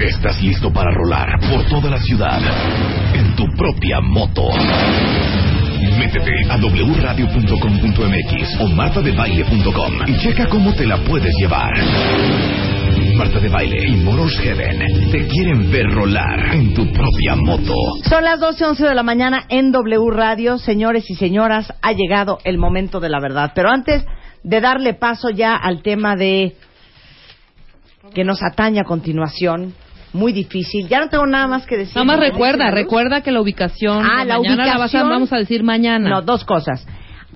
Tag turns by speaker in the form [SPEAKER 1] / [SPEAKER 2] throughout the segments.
[SPEAKER 1] Estás listo para rolar por toda la ciudad en tu propia moto. Métete a wradio.com.mx o martadebaile.com y checa cómo te la puedes llevar. Marta de Baile y Moros Heaven te quieren ver rolar en tu propia moto.
[SPEAKER 2] Son las 12.11 de la mañana en W Radio. Señores y señoras, ha llegado el momento de la verdad. Pero antes de darle paso ya al tema de que nos atañe a continuación, muy difícil. Ya no tengo nada más que decir.
[SPEAKER 3] Nada más
[SPEAKER 2] ¿no?
[SPEAKER 3] recuerda, recuerda que la ubicación.
[SPEAKER 2] Ah,
[SPEAKER 3] de
[SPEAKER 2] la
[SPEAKER 3] mañana
[SPEAKER 2] ubicación.
[SPEAKER 3] vas a- vamos a decir mañana.
[SPEAKER 2] No, dos cosas.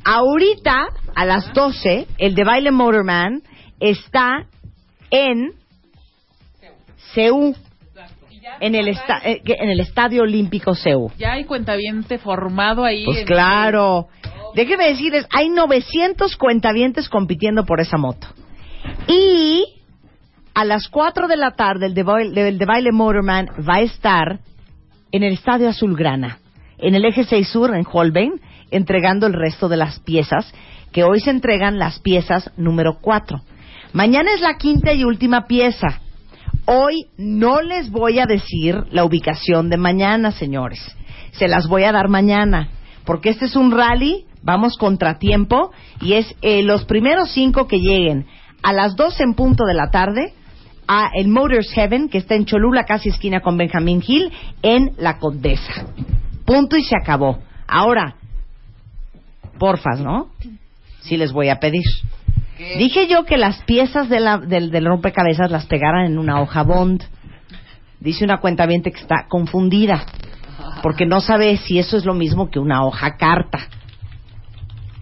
[SPEAKER 2] Ahorita, a las 12, el de Baile Motorman está en CEU, en el, esta- eh, que- en el Estadio Olímpico CEU.
[SPEAKER 4] Ya hay cuentaviente formado ahí.
[SPEAKER 2] Pues
[SPEAKER 4] en-
[SPEAKER 2] claro. Déjeme decirles, hay 900 cuentavientes compitiendo por esa moto. Y a las 4 de la tarde el de, baile, el de baile Motorman va a estar en el Estadio Azulgrana, en el Eje 6 Sur, en Holbein, entregando el resto de las piezas, que hoy se entregan las piezas número 4. Mañana es la quinta y última pieza. Hoy no les voy a decir la ubicación de mañana, señores. Se las voy a dar mañana, porque este es un rally, vamos contratiempo, y es eh, los primeros cinco que lleguen a las 12 en punto de la tarde a el Motors Heaven, que está en Cholula, casi esquina con Benjamín Hill, en La Condesa. Punto y se acabó. Ahora, porfas, ¿no? Sí les voy a pedir. Dije yo que las piezas de la- del, del rompecabezas las pegaran en una hoja bond. Dice una cuenta que está confundida, porque no sabe si eso es lo mismo que una hoja carta.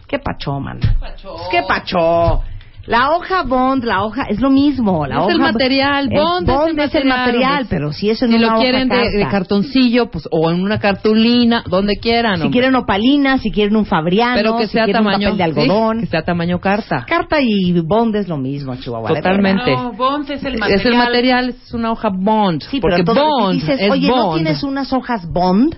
[SPEAKER 2] ¿Qué pachó, man? Es que pachó. La hoja bond, la hoja, es lo mismo. La
[SPEAKER 3] Es
[SPEAKER 2] hoja
[SPEAKER 3] el material, bond es el
[SPEAKER 2] es el
[SPEAKER 3] material,
[SPEAKER 2] material,
[SPEAKER 3] hombre.
[SPEAKER 2] pero si eso en
[SPEAKER 3] si
[SPEAKER 2] una
[SPEAKER 3] lo
[SPEAKER 2] hoja
[SPEAKER 3] quieren de, de
[SPEAKER 2] carta.
[SPEAKER 3] cartoncillo, pues o en una cartulina, donde quieran.
[SPEAKER 2] Si
[SPEAKER 3] hombre.
[SPEAKER 2] quieren opalina, si quieren un fabriano,
[SPEAKER 3] pero que
[SPEAKER 2] si
[SPEAKER 3] sea
[SPEAKER 2] quieren
[SPEAKER 3] tamaño
[SPEAKER 2] un papel
[SPEAKER 3] sí,
[SPEAKER 2] de algodón.
[SPEAKER 3] que sea tamaño carta.
[SPEAKER 2] Carta y bond es lo mismo, Chihuahua.
[SPEAKER 3] Totalmente.
[SPEAKER 4] No, Bonds es el material.
[SPEAKER 3] Es el material, es una hoja bond,
[SPEAKER 2] Sí,
[SPEAKER 3] porque
[SPEAKER 2] pero todo lo que
[SPEAKER 3] bond
[SPEAKER 2] dices,
[SPEAKER 3] es
[SPEAKER 2] oye, ¿no
[SPEAKER 3] bond.
[SPEAKER 2] tienes unas hojas bond?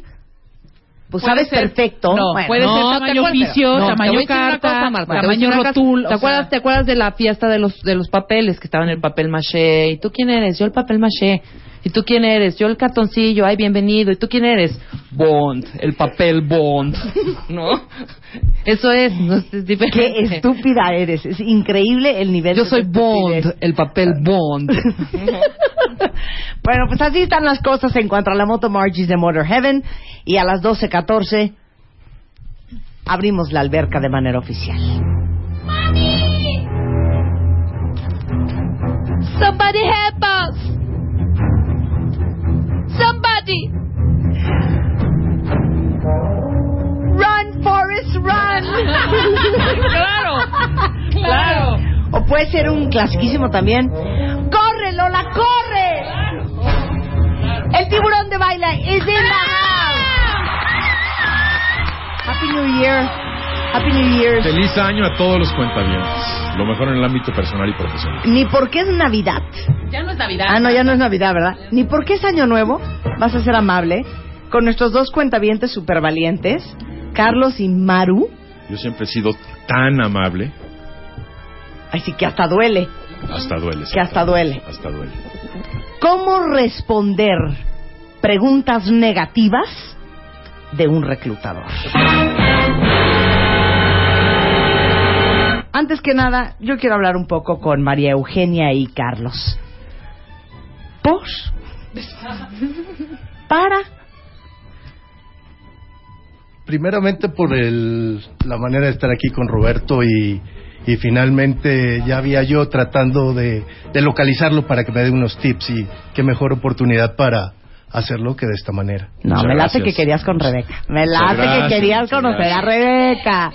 [SPEAKER 2] Pues
[SPEAKER 4] Puede
[SPEAKER 2] sabes
[SPEAKER 4] ser-
[SPEAKER 2] perfecto.
[SPEAKER 4] no,
[SPEAKER 2] Bueno,
[SPEAKER 4] puede ser
[SPEAKER 3] ¿te
[SPEAKER 4] tamaño
[SPEAKER 3] acuerdas?
[SPEAKER 4] oficio,
[SPEAKER 3] No,
[SPEAKER 4] tamaño
[SPEAKER 3] te voy a decir una
[SPEAKER 4] carta,
[SPEAKER 3] cosa, Marta, te voy a
[SPEAKER 4] tamaño
[SPEAKER 3] decir una cosa.
[SPEAKER 4] rotul,
[SPEAKER 3] ¿Te
[SPEAKER 4] o
[SPEAKER 3] acuerdas,
[SPEAKER 4] sea-
[SPEAKER 3] ¿Te acuerdas de la fiesta de los, de los papeles que estaban en el papel maché? ¿Y tú quién eres? Yo el papel maché. ¿Y tú quién eres? Yo el cartoncillo. Ay, bienvenido. ¿Y tú quién eres? Bond, el papel Bond. ¿No? Eso es, no es, es
[SPEAKER 2] Qué
[SPEAKER 3] diferente.
[SPEAKER 2] estúpida eres. Es increíble el nivel
[SPEAKER 3] Yo
[SPEAKER 2] de
[SPEAKER 3] soy
[SPEAKER 2] estupidez.
[SPEAKER 3] Bond, el papel Bond.
[SPEAKER 2] Bueno, pues así están las cosas en cuanto a la moto Margie's de Motor Heaven. Y a las 12.14 abrimos la alberca de manera oficial.
[SPEAKER 3] Somebody help us. Somebody.
[SPEAKER 2] Run, Forrest, run.
[SPEAKER 3] Claro. Claro.
[SPEAKER 2] o puede ser un clasiquísimo también. ¡Corre, Lola, corre! El tiburón de baila es de la Happy New Year. Happy New Year.
[SPEAKER 5] Feliz año a todos los cuentavientes. Lo mejor en el ámbito personal y profesional.
[SPEAKER 2] Ni porque es Navidad.
[SPEAKER 4] Ya no es Navidad.
[SPEAKER 2] Ah, no, ya no es Navidad, ¿verdad? Ni porque es Año Nuevo. Vas a ser amable con nuestros dos cuentavientes supervalientes, Carlos y Maru.
[SPEAKER 5] Yo siempre he sido tan amable.
[SPEAKER 2] Así que hasta duele.
[SPEAKER 5] Hasta duele.
[SPEAKER 2] Que hasta duele.
[SPEAKER 5] Hasta duele.
[SPEAKER 2] ¿Cómo responder preguntas negativas de un reclutador? Antes que nada, yo quiero hablar un poco con María Eugenia y Carlos. ¿Por? ¿Para?
[SPEAKER 6] Primeramente por el- la manera de estar aquí con Roberto y, y finalmente ya había yo tratando de, de localizarlo para que me dé unos tips y qué mejor oportunidad para hacerlo que de esta manera.
[SPEAKER 2] No,
[SPEAKER 5] Muchas
[SPEAKER 2] me late
[SPEAKER 5] gracias.
[SPEAKER 2] que querías con Rebeca. Me late
[SPEAKER 5] gracias,
[SPEAKER 2] que querías
[SPEAKER 5] muchas
[SPEAKER 2] conocer a
[SPEAKER 5] gracias.
[SPEAKER 2] Rebeca.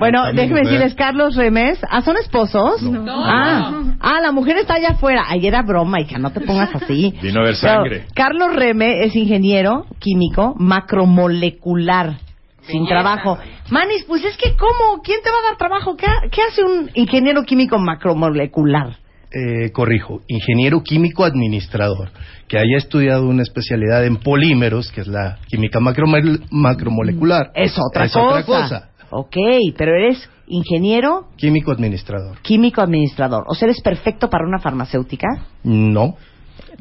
[SPEAKER 2] Bueno, déjenme
[SPEAKER 6] ¿eh?
[SPEAKER 2] decirles, Carlos Remes, ¿ah, son esposos?
[SPEAKER 4] No.
[SPEAKER 2] Ah, ah, la mujer está allá afuera. Ayer era broma, hija, no te pongas así.
[SPEAKER 5] Vino a ver
[SPEAKER 2] Pero,
[SPEAKER 5] sangre.
[SPEAKER 2] Carlos Reme es ingeniero químico macromolecular. Sin trabajo. Manis, pues es que ¿cómo? ¿Quién te va a dar trabajo? ¿Qué, ha- qué hace un ingeniero químico macromolecular?
[SPEAKER 6] Eh, corrijo, ingeniero químico administrador, que haya estudiado una especialidad en polímeros, que es la química macromol- macromolecular.
[SPEAKER 2] Mm, Es otra
[SPEAKER 6] Es
[SPEAKER 2] cosa.
[SPEAKER 6] otra cosa.
[SPEAKER 2] Ok, pero eres ingeniero
[SPEAKER 6] Químico administrador.
[SPEAKER 2] químico administrador. O sea, eres perfecto para una farmacéutica.
[SPEAKER 6] No.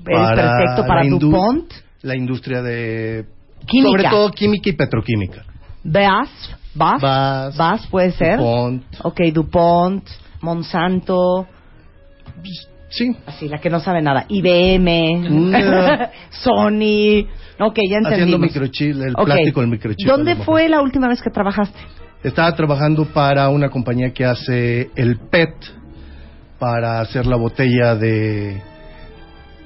[SPEAKER 2] Eres perfecto para
[SPEAKER 6] la indu-
[SPEAKER 2] DuPont.
[SPEAKER 6] La industria de...
[SPEAKER 2] Química.
[SPEAKER 6] Sobre todo química y petroquímica.
[SPEAKER 2] BAS. BAS.
[SPEAKER 6] Vas,
[SPEAKER 2] BAS puede ser.
[SPEAKER 6] DuPont.
[SPEAKER 2] Ok, DuPont, Monsanto.
[SPEAKER 6] Sí.
[SPEAKER 2] Así, la que no sabe nada. IBM,
[SPEAKER 6] No.
[SPEAKER 2] Sony. Ok, ya
[SPEAKER 6] Haciendo
[SPEAKER 2] entendimos.
[SPEAKER 6] microchip, el
[SPEAKER 2] Ok.
[SPEAKER 6] plástico, el microchip. a
[SPEAKER 2] ¿Dónde
[SPEAKER 6] lo mejor.
[SPEAKER 2] fue la última vez que trabajaste?
[SPEAKER 6] Estaba trabajando para una compañía que hace el PET para hacer la botella de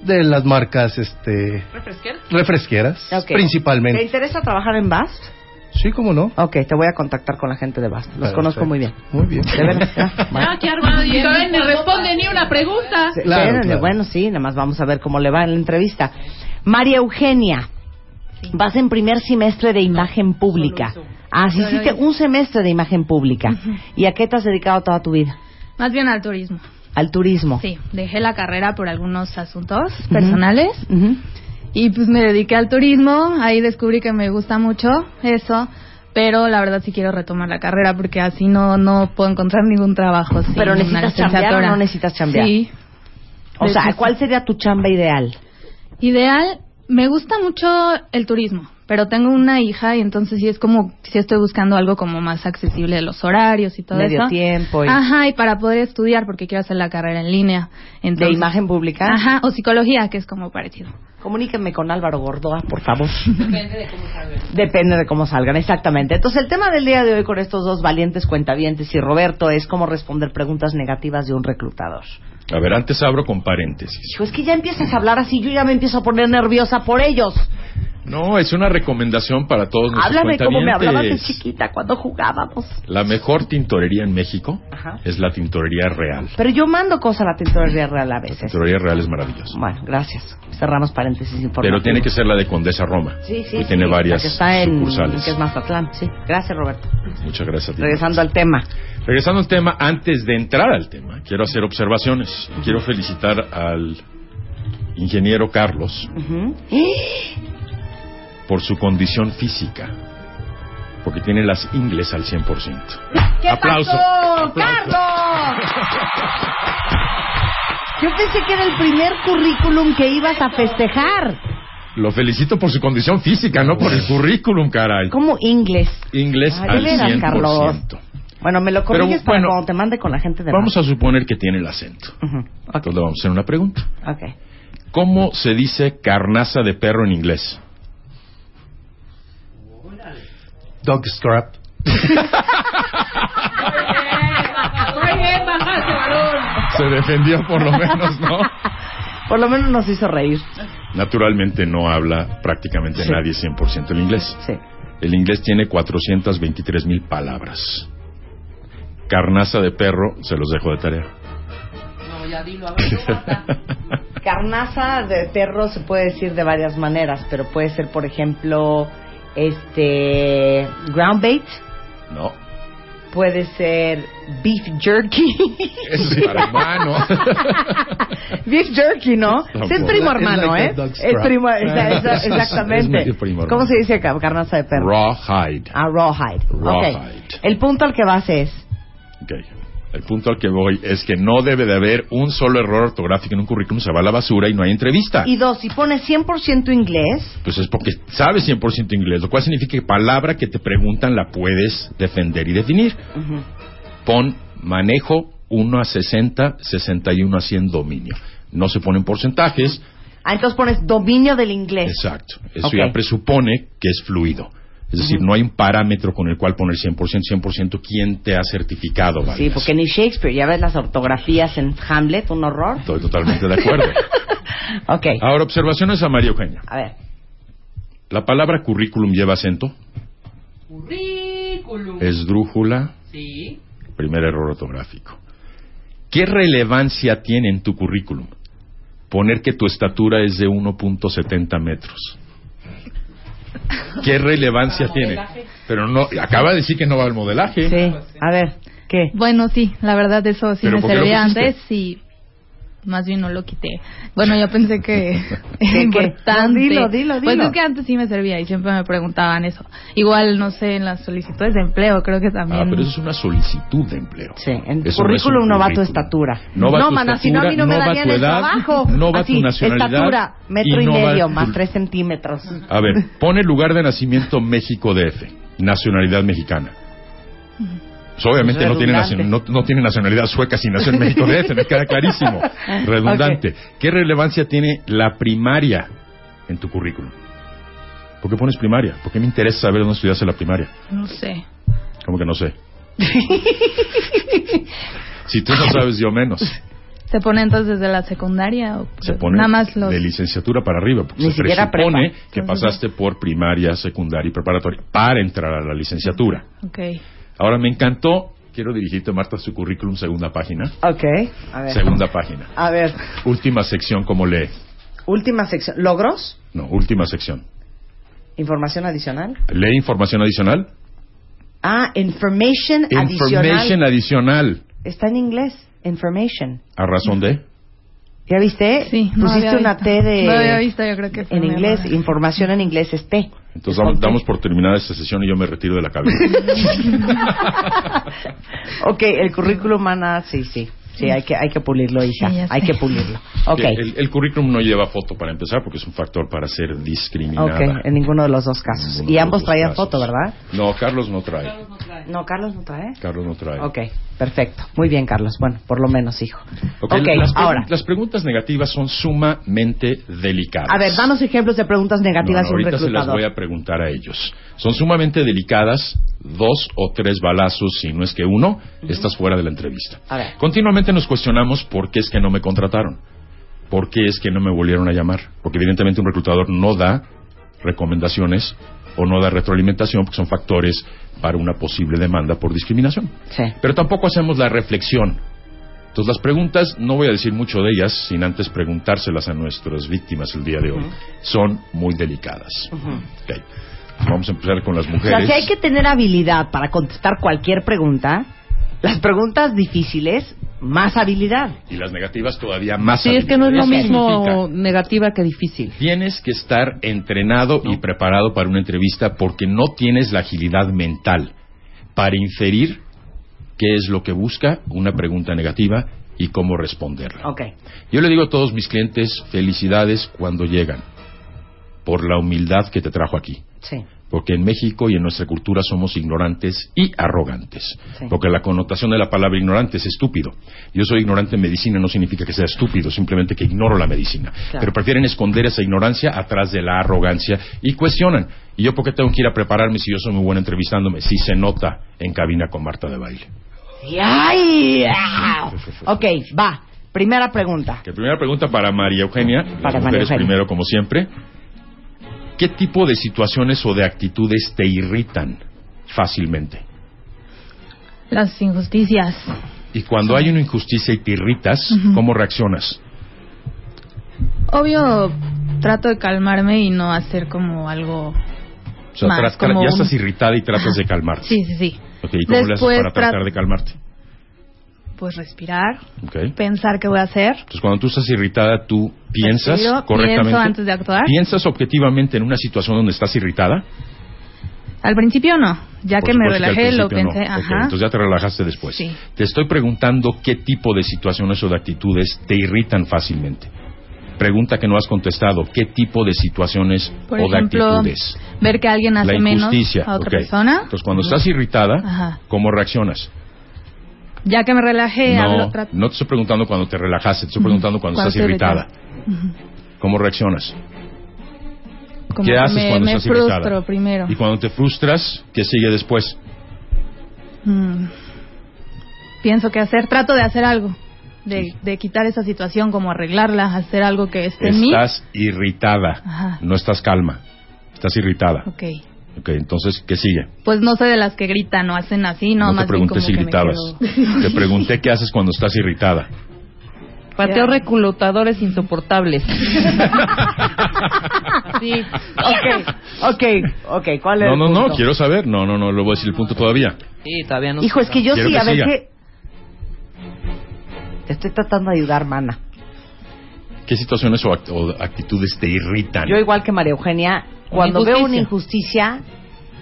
[SPEAKER 6] de las marcas este
[SPEAKER 4] ¿Refresquero?
[SPEAKER 6] refresqueras
[SPEAKER 2] Ok. ¿Te
[SPEAKER 6] principalmente.
[SPEAKER 2] interesa trabajar en BAST?
[SPEAKER 6] Sí, cómo no.
[SPEAKER 2] Ok, te voy a contactar con la gente de BAST. Los
[SPEAKER 6] Perfecto.
[SPEAKER 2] conozco muy bien.
[SPEAKER 6] Muy bien.
[SPEAKER 2] De veras, ya, bueno.
[SPEAKER 4] Ah, qué armado. Y todavía ni responde ni una pregunta.
[SPEAKER 2] Se-
[SPEAKER 6] claro,
[SPEAKER 2] espérenle,
[SPEAKER 6] claro.
[SPEAKER 2] Bueno, sí, nada más vamos a ver cómo le va en la entrevista. María Eugenia, vas en primer semestre de imagen pública. Ah, sí, hiciste un semestre de imagen pública. ¿Y a qué te has dedicado toda tu vida?
[SPEAKER 7] Más bien al turismo.
[SPEAKER 2] Al turismo.
[SPEAKER 7] Sí, dejé la carrera por algunos asuntos personales
[SPEAKER 2] Ujú.
[SPEAKER 7] y pues me dediqué al turismo. Ahí descubrí que me gusta mucho eso, pero la verdad sí quiero retomar la carrera porque así no no puedo encontrar ningún trabajo. sin
[SPEAKER 2] Pero
[SPEAKER 7] una
[SPEAKER 2] necesitas chambear
[SPEAKER 7] licenciatura.
[SPEAKER 2] o no necesitas chambear.
[SPEAKER 7] Sí,
[SPEAKER 2] O
[SPEAKER 7] Pues Sí,
[SPEAKER 2] sea,
[SPEAKER 7] sí,
[SPEAKER 2] ¿cuál sería tu chamba ideal?
[SPEAKER 7] ideal. Me gusta mucho el turismo, pero tengo una hija y entonces sí es como sí estoy buscando algo como más accesible los horarios y todo
[SPEAKER 2] Medio
[SPEAKER 7] eso.
[SPEAKER 2] tiempo y-
[SPEAKER 7] Ajá, y para poder estudiar porque quiero hacer la carrera en línea.
[SPEAKER 2] ¿De
[SPEAKER 7] Entonces,
[SPEAKER 2] imagen pública?
[SPEAKER 7] Ajá, o psicología, que es como parecido.
[SPEAKER 2] Comuníquenme con Álvaro Gordoa, por favor. Depende de cómo salgan, exactamente. Entonces, el tema del día de hoy con estos dos valientes cuentavientes y Roberto es cómo responder preguntas negativas de un reclutador.
[SPEAKER 5] A ver, antes abro con paréntesis.
[SPEAKER 2] Hijo, es que ya empiezas a hablar así, yo ya me empiezo a poner nerviosa por ellos.
[SPEAKER 5] No, es una recomendación para todos nuestros
[SPEAKER 2] Háblame como me
[SPEAKER 5] cuentavientes.
[SPEAKER 2] hablabas de chiquita cuando jugábamos.
[SPEAKER 5] La mejor tintorería en México
[SPEAKER 2] Ajá.
[SPEAKER 5] es la tintorería real.
[SPEAKER 2] Pero yo mando cosas a la tintorería real a
[SPEAKER 5] La
[SPEAKER 2] veces.
[SPEAKER 5] tintorería real es maravillosa.
[SPEAKER 2] Bueno, gracias. Cerramos paréntesis informativos.
[SPEAKER 5] Pero tiene que ser la de Condesa Roma.
[SPEAKER 2] Sí, sí,
[SPEAKER 5] que tiene
[SPEAKER 2] sí, la
[SPEAKER 5] varias
[SPEAKER 2] que está en,
[SPEAKER 5] sucursales.
[SPEAKER 2] Que es Mazatlán, sí. Gracias, Roberto.
[SPEAKER 5] Muchas gracias a ti.
[SPEAKER 2] Regresando al tema.
[SPEAKER 5] Regresando al tema, antes de entrar al tema, quiero hacer observaciones. Quiero felicitar al ingeniero Carlos
[SPEAKER 2] Ujú.
[SPEAKER 5] por su condición física, porque tiene las ingles al 100%.
[SPEAKER 2] ¿Qué
[SPEAKER 5] Aplauso.
[SPEAKER 2] pasó,
[SPEAKER 5] Aplauso.
[SPEAKER 2] Carlos? Yo pensé que era el primer currículum que ibas a festejar.
[SPEAKER 5] Lo felicito por su condición física, no por el currículum, caray.
[SPEAKER 2] Como inglés.
[SPEAKER 5] Inglés
[SPEAKER 2] Ay, de
[SPEAKER 5] al
[SPEAKER 2] veras,
[SPEAKER 5] 100%.
[SPEAKER 2] Carlos. Bueno, me lo corriges
[SPEAKER 5] Pero,
[SPEAKER 2] para
[SPEAKER 5] bueno,
[SPEAKER 2] cuando te mande con la gente de
[SPEAKER 5] Vamos a suponer que tiene el acento. Entonces le vamos a hacer una pregunta.
[SPEAKER 2] Ok.
[SPEAKER 5] ¿Cómo se dice carnaza de perro en inglés?
[SPEAKER 6] Dog scrap.
[SPEAKER 4] Muy bien, baja ese balón.
[SPEAKER 5] Se defendió por lo menos, ¿no?
[SPEAKER 2] Por lo menos nos hizo reír.
[SPEAKER 5] Naturalmente no habla prácticamente
[SPEAKER 2] Sí.
[SPEAKER 5] nadie 100% el inglés.
[SPEAKER 2] Sí.
[SPEAKER 5] El inglés tiene 423 mil palabras. Carnaza de perro, se los dejo de tarea.
[SPEAKER 4] No, ya dilo, a ver.
[SPEAKER 2] Carnaza de perro se puede decir de varias maneras, pero puede ser, por ejemplo, este ground bait,
[SPEAKER 5] no,
[SPEAKER 2] puede ser beef jerky.
[SPEAKER 5] eso es para hermano.
[SPEAKER 2] Beef jerky, ¿no?
[SPEAKER 5] Tampoco.
[SPEAKER 2] Es primo hermano,
[SPEAKER 6] like
[SPEAKER 2] ¿eh?
[SPEAKER 6] a dog
[SPEAKER 2] Es
[SPEAKER 6] strap.
[SPEAKER 2] primo, esa- esa-
[SPEAKER 5] Es
[SPEAKER 2] exactamente.
[SPEAKER 5] medio primo hermano.
[SPEAKER 2] ¿Cómo se dice ca- carnaza de perro?
[SPEAKER 5] Rawhide.
[SPEAKER 2] Ah, rawhide. Ok.
[SPEAKER 5] Rawhide.
[SPEAKER 2] El punto al que vas es,
[SPEAKER 5] Ok. El punto al que voy es que no debe de haber un solo error ortográfico en un currículum, se va a la basura y no hay entrevista.
[SPEAKER 2] y dos, si pones 100% inglés,
[SPEAKER 5] Pues es porque sabes 100% inglés, lo cual significa que palabra que te preguntan la puedes defender y definir. Pon manejo 1 a 60, 61 a 100 dominio. No se ponen porcentajes.
[SPEAKER 2] ah, entonces pones dominio del inglés.
[SPEAKER 5] Exacto.
[SPEAKER 2] Eh.
[SPEAKER 5] Eso
[SPEAKER 2] Ok.
[SPEAKER 5] ya presupone que es fluido. Es decir, no hay un parámetro con el cual poner 100%, 100% quién te ha certificado.
[SPEAKER 2] Sí,
[SPEAKER 5] Validas.
[SPEAKER 2] porque ni Shakespeare, ya ves las ortografías en Hamlet, un horror.
[SPEAKER 5] Estoy totalmente de acuerdo.
[SPEAKER 2] Ok,
[SPEAKER 5] Ahora, observaciones a María Eugenia.
[SPEAKER 2] a ver.
[SPEAKER 5] La palabra currículum lleva acento.
[SPEAKER 4] Currículum.
[SPEAKER 5] Eh. Esdrújula,
[SPEAKER 4] Sí.
[SPEAKER 5] Primer error ortográfico. ¿Qué relevancia tiene en tu currículum poner que tu estatura es de 1.70 metros? ¿Qué relevancia tiene? Pero no, acaba de decir que no va al modelaje.
[SPEAKER 2] Sí. A ver, ¿qué?
[SPEAKER 7] Bueno, sí, la verdad eso sí
[SPEAKER 5] ¿Pero
[SPEAKER 7] me
[SPEAKER 5] por qué lo
[SPEAKER 7] servía
[SPEAKER 5] pusiste?
[SPEAKER 7] antes y más bien no lo quité. Bueno, yo pensé que
[SPEAKER 2] qué?
[SPEAKER 7] era importante.
[SPEAKER 2] Dilo, dilo,
[SPEAKER 7] Pues
[SPEAKER 2] dilo.
[SPEAKER 7] es que antes sí me servía y siempre me preguntaban eso. Igual, no sé, en las solicitudes de empleo creo que también.
[SPEAKER 5] Ah, pero eso es una solicitud de empleo.
[SPEAKER 2] Sí, en
[SPEAKER 5] Eso
[SPEAKER 2] currículum
[SPEAKER 5] es un
[SPEAKER 2] no va tu
[SPEAKER 5] currículum.
[SPEAKER 2] estatura.
[SPEAKER 5] No va
[SPEAKER 2] No,
[SPEAKER 5] tu
[SPEAKER 2] mana, si no,
[SPEAKER 5] estatura,
[SPEAKER 2] a mí no me darían
[SPEAKER 5] tu
[SPEAKER 2] el
[SPEAKER 5] edad,
[SPEAKER 2] trabajo.
[SPEAKER 5] No va
[SPEAKER 2] Así,
[SPEAKER 5] tu nacionalidad.
[SPEAKER 2] Estatura, metro y,
[SPEAKER 5] no va
[SPEAKER 2] medio,
[SPEAKER 5] tu-
[SPEAKER 2] más tres centímetros.
[SPEAKER 5] A ver, pone lugar de nacimiento México DF, nacionalidad mexicana. Pues obviamente no tiene,
[SPEAKER 2] Redundante.
[SPEAKER 5] nacion- no, no tiene nacionalidad sueca si nació en México DF, me queda clarísimo.
[SPEAKER 7] Ah,
[SPEAKER 5] Redundante. ¿Qué relevancia tiene la primaria en tu currículum? ¿Por qué pones primaria? ¿Por qué me interesa saber dónde estudiaste la primaria?
[SPEAKER 7] No sé.
[SPEAKER 5] Como que no sé. si tú no sabes, yo menos.
[SPEAKER 7] ¿Se pone entonces desde la secundaria o
[SPEAKER 5] Se pone
[SPEAKER 7] nada más los
[SPEAKER 5] de licenciatura para arriba, pues? porque
[SPEAKER 2] Ni
[SPEAKER 5] se
[SPEAKER 2] siquiera
[SPEAKER 5] presupone
[SPEAKER 2] prepa.
[SPEAKER 5] que pasaste por primaria, secundaria y preparatoria para entrar a la licenciatura.
[SPEAKER 7] Ok.
[SPEAKER 5] Ahora, me encantó, quiero dirigirte, Marta, a su currículum, segunda página.
[SPEAKER 2] Ok, a ver.
[SPEAKER 5] Segunda página.
[SPEAKER 2] A ver,
[SPEAKER 5] Última sección, como lee.
[SPEAKER 2] última sección. ¿Logros?
[SPEAKER 5] No, última sección.
[SPEAKER 2] ¿Información adicional?
[SPEAKER 5] Lee información adicional.
[SPEAKER 2] Ah, information,
[SPEAKER 5] Information
[SPEAKER 2] adicional.
[SPEAKER 5] adicional.
[SPEAKER 2] Está en inglés. Information.
[SPEAKER 5] A razón de.
[SPEAKER 2] ¿Ya viste?
[SPEAKER 7] Sí, no
[SPEAKER 2] Pusiste
[SPEAKER 7] había
[SPEAKER 2] una
[SPEAKER 7] visto.
[SPEAKER 2] T de...
[SPEAKER 7] No había visto, yo creo que fue
[SPEAKER 2] En
[SPEAKER 7] un
[SPEAKER 2] inglés,
[SPEAKER 7] error.
[SPEAKER 2] información en inglés es T.
[SPEAKER 5] Entonces damos, damos por terminada esta sesión y yo me retiro de la cabina.
[SPEAKER 2] Ok, el currículum humana, sí, sí. Sí, hay que, hay que pulirlo, hija.
[SPEAKER 7] Sí, ya sé.
[SPEAKER 2] hay que pulirlo. Ok.
[SPEAKER 5] El, el currículum no lleva foto para empezar porque es un factor para ser discriminada.
[SPEAKER 2] Ok, en ninguno de los dos casos.
[SPEAKER 5] Ninguno
[SPEAKER 2] Y
[SPEAKER 5] de
[SPEAKER 2] ambos
[SPEAKER 5] los
[SPEAKER 2] traían
[SPEAKER 5] casos.
[SPEAKER 2] foto, ¿verdad?
[SPEAKER 5] No, Carlos no trae.
[SPEAKER 2] No, Carlos no trae.
[SPEAKER 5] Carlos no trae.
[SPEAKER 2] Ok, perfecto. Muy bien, Carlos. Bueno, por lo menos, hijo.
[SPEAKER 5] Ok,
[SPEAKER 2] Ok,
[SPEAKER 5] las, pregun-
[SPEAKER 2] ahora.
[SPEAKER 5] las preguntas negativas son sumamente delicadas.
[SPEAKER 2] A ver, danos ejemplos de preguntas negativas a
[SPEAKER 5] No, no,
[SPEAKER 2] un
[SPEAKER 5] ahorita se las
[SPEAKER 2] reclutador.
[SPEAKER 5] voy a preguntar a ellos. Son sumamente delicadas, dos o tres balazos, si no es que uno, estás fuera de la entrevista.
[SPEAKER 2] A ver.
[SPEAKER 5] Continuamente nos cuestionamos por qué es que no me contrataron, por qué es que no me volvieron a llamar, porque evidentemente un reclutador no da recomendaciones o no da retroalimentación, porque son factores para una posible demanda por discriminación.
[SPEAKER 2] Sí.
[SPEAKER 5] Pero tampoco hacemos la reflexión. Entonces las preguntas, no voy a decir mucho de ellas sin antes preguntárselas a nuestras víctimas el día de hoy. Son muy delicadas. Ok. Vamos a empezar con las
[SPEAKER 2] O sea,
[SPEAKER 5] mujeres.
[SPEAKER 2] si hay que tener habilidad para contestar cualquier pregunta, las preguntas difíciles, más habilidad.
[SPEAKER 5] Y las negativas todavía más.
[SPEAKER 3] Sí, es que no es lo
[SPEAKER 5] habilidades.
[SPEAKER 3] mismo
[SPEAKER 5] Significa,
[SPEAKER 3] negativa que difícil.
[SPEAKER 5] Tienes que estar entrenado y preparado para una entrevista porque no tienes la agilidad mental para inferir qué es lo que busca una pregunta negativa y cómo responderla.
[SPEAKER 2] Ok.
[SPEAKER 5] Yo le digo a todos mis clientes felicidades cuando llegan por la humildad que te trajo aquí.
[SPEAKER 2] Sí.
[SPEAKER 5] Porque en México y en nuestra cultura somos ignorantes y arrogantes.
[SPEAKER 2] Sí.
[SPEAKER 5] Porque la connotación de la palabra ignorante es estúpido. Yo soy ignorante en medicina, no significa que sea estúpido, simplemente que ignoro la medicina. Pero prefieren esconder esa ignorancia atrás de la arrogancia y cuestionan. ¿Y yo por qué tengo que ir a prepararme si yo soy muy bueno entrevistándome? Si se nota en cabina con Marta de Baile.
[SPEAKER 2] Y- ¡Ay! ah. Ok, va. Primera pregunta.
[SPEAKER 5] Que primera pregunta para María Eugenia,
[SPEAKER 2] Para
[SPEAKER 5] las
[SPEAKER 2] María
[SPEAKER 5] mujeres
[SPEAKER 2] Eugenia.
[SPEAKER 5] primero como siempre. ¿Qué tipo de situaciones o de actitudes te irritan fácilmente?
[SPEAKER 7] Las injusticias.
[SPEAKER 5] Y cuando hay una injusticia y te irritas, ¿cómo reaccionas?
[SPEAKER 7] Obvio, trato de calmarme y no hacer como algo.
[SPEAKER 5] O sea,
[SPEAKER 7] Más
[SPEAKER 5] tras-
[SPEAKER 7] como
[SPEAKER 5] ya
[SPEAKER 7] un-
[SPEAKER 5] estás irritada y tratas de calmarte.
[SPEAKER 7] Sí, sí, sí.
[SPEAKER 5] Ok, ¿y cómo le
[SPEAKER 7] Después
[SPEAKER 5] haces para tratar
[SPEAKER 7] tra-
[SPEAKER 5] de calmarte?
[SPEAKER 7] Pues respirar,
[SPEAKER 5] Ok.
[SPEAKER 7] pensar qué voy a hacer.
[SPEAKER 5] Entonces, cuando tú estás irritada, tú piensas
[SPEAKER 7] Respiro,
[SPEAKER 5] correctamente.
[SPEAKER 7] pienso antes de actuar.
[SPEAKER 5] ¿Piensas objetivamente en una situación donde estás irritada?
[SPEAKER 7] Al principio no, ya
[SPEAKER 5] Por
[SPEAKER 7] que me
[SPEAKER 5] supuesto al
[SPEAKER 7] relajé lo
[SPEAKER 5] principio no.
[SPEAKER 7] pensé,
[SPEAKER 5] Ok,
[SPEAKER 7] ajá.
[SPEAKER 5] entonces ya te relajaste después.
[SPEAKER 7] Sí.
[SPEAKER 5] Te estoy preguntando qué tipo de situaciones o de actitudes te irritan fácilmente. Pregunta que no has contestado. ¿Qué tipo de situaciones
[SPEAKER 7] Por
[SPEAKER 5] o de
[SPEAKER 7] ejemplo,
[SPEAKER 5] actitudes?
[SPEAKER 7] ver que alguien hace
[SPEAKER 5] La
[SPEAKER 7] menos
[SPEAKER 5] injusticia.
[SPEAKER 7] a otra
[SPEAKER 5] ok.
[SPEAKER 7] persona.
[SPEAKER 5] Entonces, cuando estás irritada,
[SPEAKER 7] Ajá.
[SPEAKER 5] ¿cómo reaccionas?
[SPEAKER 7] Ya que me relajé, hablo
[SPEAKER 5] no,
[SPEAKER 7] otra.
[SPEAKER 5] no te estoy preguntando cuando te relajaste, te estoy preguntando cuando
[SPEAKER 7] Cuando
[SPEAKER 5] estás
[SPEAKER 7] estoy
[SPEAKER 5] irritada. ¿Cómo reaccionas?
[SPEAKER 7] Como
[SPEAKER 5] ¿Qué
[SPEAKER 7] que
[SPEAKER 5] haces
[SPEAKER 7] me,
[SPEAKER 5] cuando
[SPEAKER 7] me
[SPEAKER 5] estás
[SPEAKER 7] frustro
[SPEAKER 5] irritada?
[SPEAKER 7] primero.
[SPEAKER 5] Y cuando te frustras, ¿qué sigue después?
[SPEAKER 7] Mm. Pienso que hacer, trato de hacer algo. De, de quitar esa situación, como arreglarla, hacer algo que esté en mí.
[SPEAKER 5] Estás irritada,
[SPEAKER 7] Ajá.
[SPEAKER 5] no estás calma, estás irritada.
[SPEAKER 7] Ok.
[SPEAKER 5] Ok, entonces, ¿qué sigue?
[SPEAKER 7] Pues no soy de las que gritan o hacen así, no,
[SPEAKER 5] No,
[SPEAKER 7] más
[SPEAKER 5] te pregunté
[SPEAKER 7] bien como
[SPEAKER 5] si
[SPEAKER 7] que me
[SPEAKER 5] gritabas.
[SPEAKER 7] quedo-
[SPEAKER 5] Te pregunté qué haces cuando estás irritada.
[SPEAKER 3] Pateo reclutadores insoportables. Así.
[SPEAKER 2] Ok, ok, ok. ¿Cuál es
[SPEAKER 5] No,
[SPEAKER 2] el
[SPEAKER 5] no,
[SPEAKER 2] punto?
[SPEAKER 5] no, quiero saber. No, no, no, le voy a decir el punto todavía.
[SPEAKER 3] Sí, todavía no.
[SPEAKER 2] Hijo, es que yo
[SPEAKER 5] Quiero
[SPEAKER 2] sí,
[SPEAKER 5] que
[SPEAKER 2] a ver
[SPEAKER 5] siga.
[SPEAKER 2] qué... Te estoy tratando de ayudar, mana.
[SPEAKER 5] ¿Qué situaciones o, act- o actitudes te irritan?
[SPEAKER 2] Yo igual que María Eugenia, cuando veo una injusticia,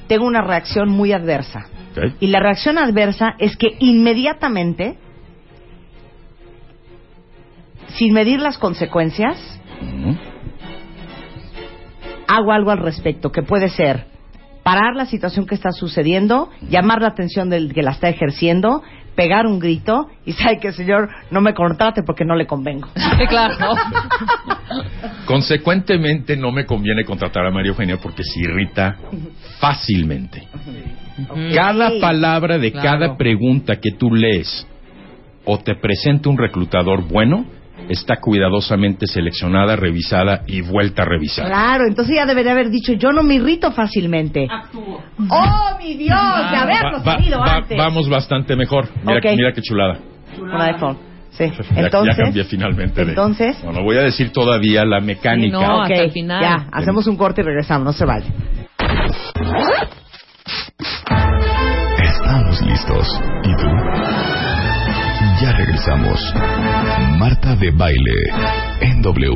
[SPEAKER 2] tengo una reacción muy adversa.
[SPEAKER 5] Ok.
[SPEAKER 2] Y la reacción adversa es que inmediatamente, sin medir las consecuencias,
[SPEAKER 5] Ujú.
[SPEAKER 2] hago algo al respecto, que puede ser parar la situación que está sucediendo, llamar la atención del que la está ejerciendo, pegar un grito y sabe que señor no me contrate porque no le convengo.
[SPEAKER 3] Sí, claro.
[SPEAKER 5] Consecuentemente, no me conviene contratar a María Eugenia porque se irrita fácilmente. Cada palabra de
[SPEAKER 3] Claro.
[SPEAKER 5] cada pregunta que tú lees o te presenta un reclutador bueno está cuidadosamente seleccionada, revisada y vuelta a revisar.
[SPEAKER 2] Claro, entonces ya debería haber dicho yo no me irrito fácilmente.
[SPEAKER 4] Actúo.
[SPEAKER 2] ¡Oh, mi Dios! De haberlo
[SPEAKER 5] Ah, Va- va-
[SPEAKER 2] sabido
[SPEAKER 5] va-
[SPEAKER 2] antes.
[SPEAKER 5] Vamos bastante mejor. Mira,
[SPEAKER 2] Ok.
[SPEAKER 5] que- mira qué chulada.
[SPEAKER 2] Un iPhone. Sí.
[SPEAKER 5] Ya-
[SPEAKER 2] Entonces,
[SPEAKER 5] ya cambié finalmente. de-
[SPEAKER 2] entonces-
[SPEAKER 5] No, no voy a decir todavía la mecánica.
[SPEAKER 3] Sí, no.
[SPEAKER 2] ok,
[SPEAKER 3] hasta el final.
[SPEAKER 2] ya, hacemos un corte y regresamos, no se vale.
[SPEAKER 1] Estamos listos. ¿Y tú? Ya regresamos. Marta de baile en W.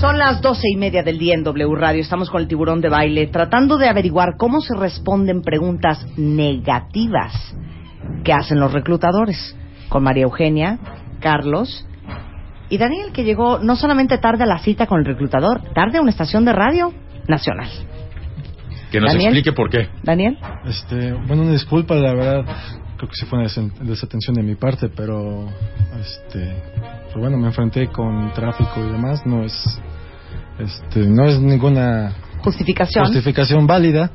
[SPEAKER 2] Son las doce y media del día en W Radio, estamos con el tiburón de baile, tratando de averiguar cómo se responden preguntas negativas que hacen los reclutadores, con María Eugenia, Carlos y Daniel, que llegó no solamente tarde a la cita con el reclutador, tarde a una estación de radio nacional.
[SPEAKER 5] Que nos
[SPEAKER 2] Daniel.
[SPEAKER 5] explique por qué.
[SPEAKER 2] Daniel,
[SPEAKER 8] Este, bueno, una disculpa, la verdad, creo que sí fue una desen- desatención de mi parte, pero, este, pues bueno, me enfrenté con tráfico y demás, no es, este, no es ninguna
[SPEAKER 2] justificación.
[SPEAKER 8] justificación válida,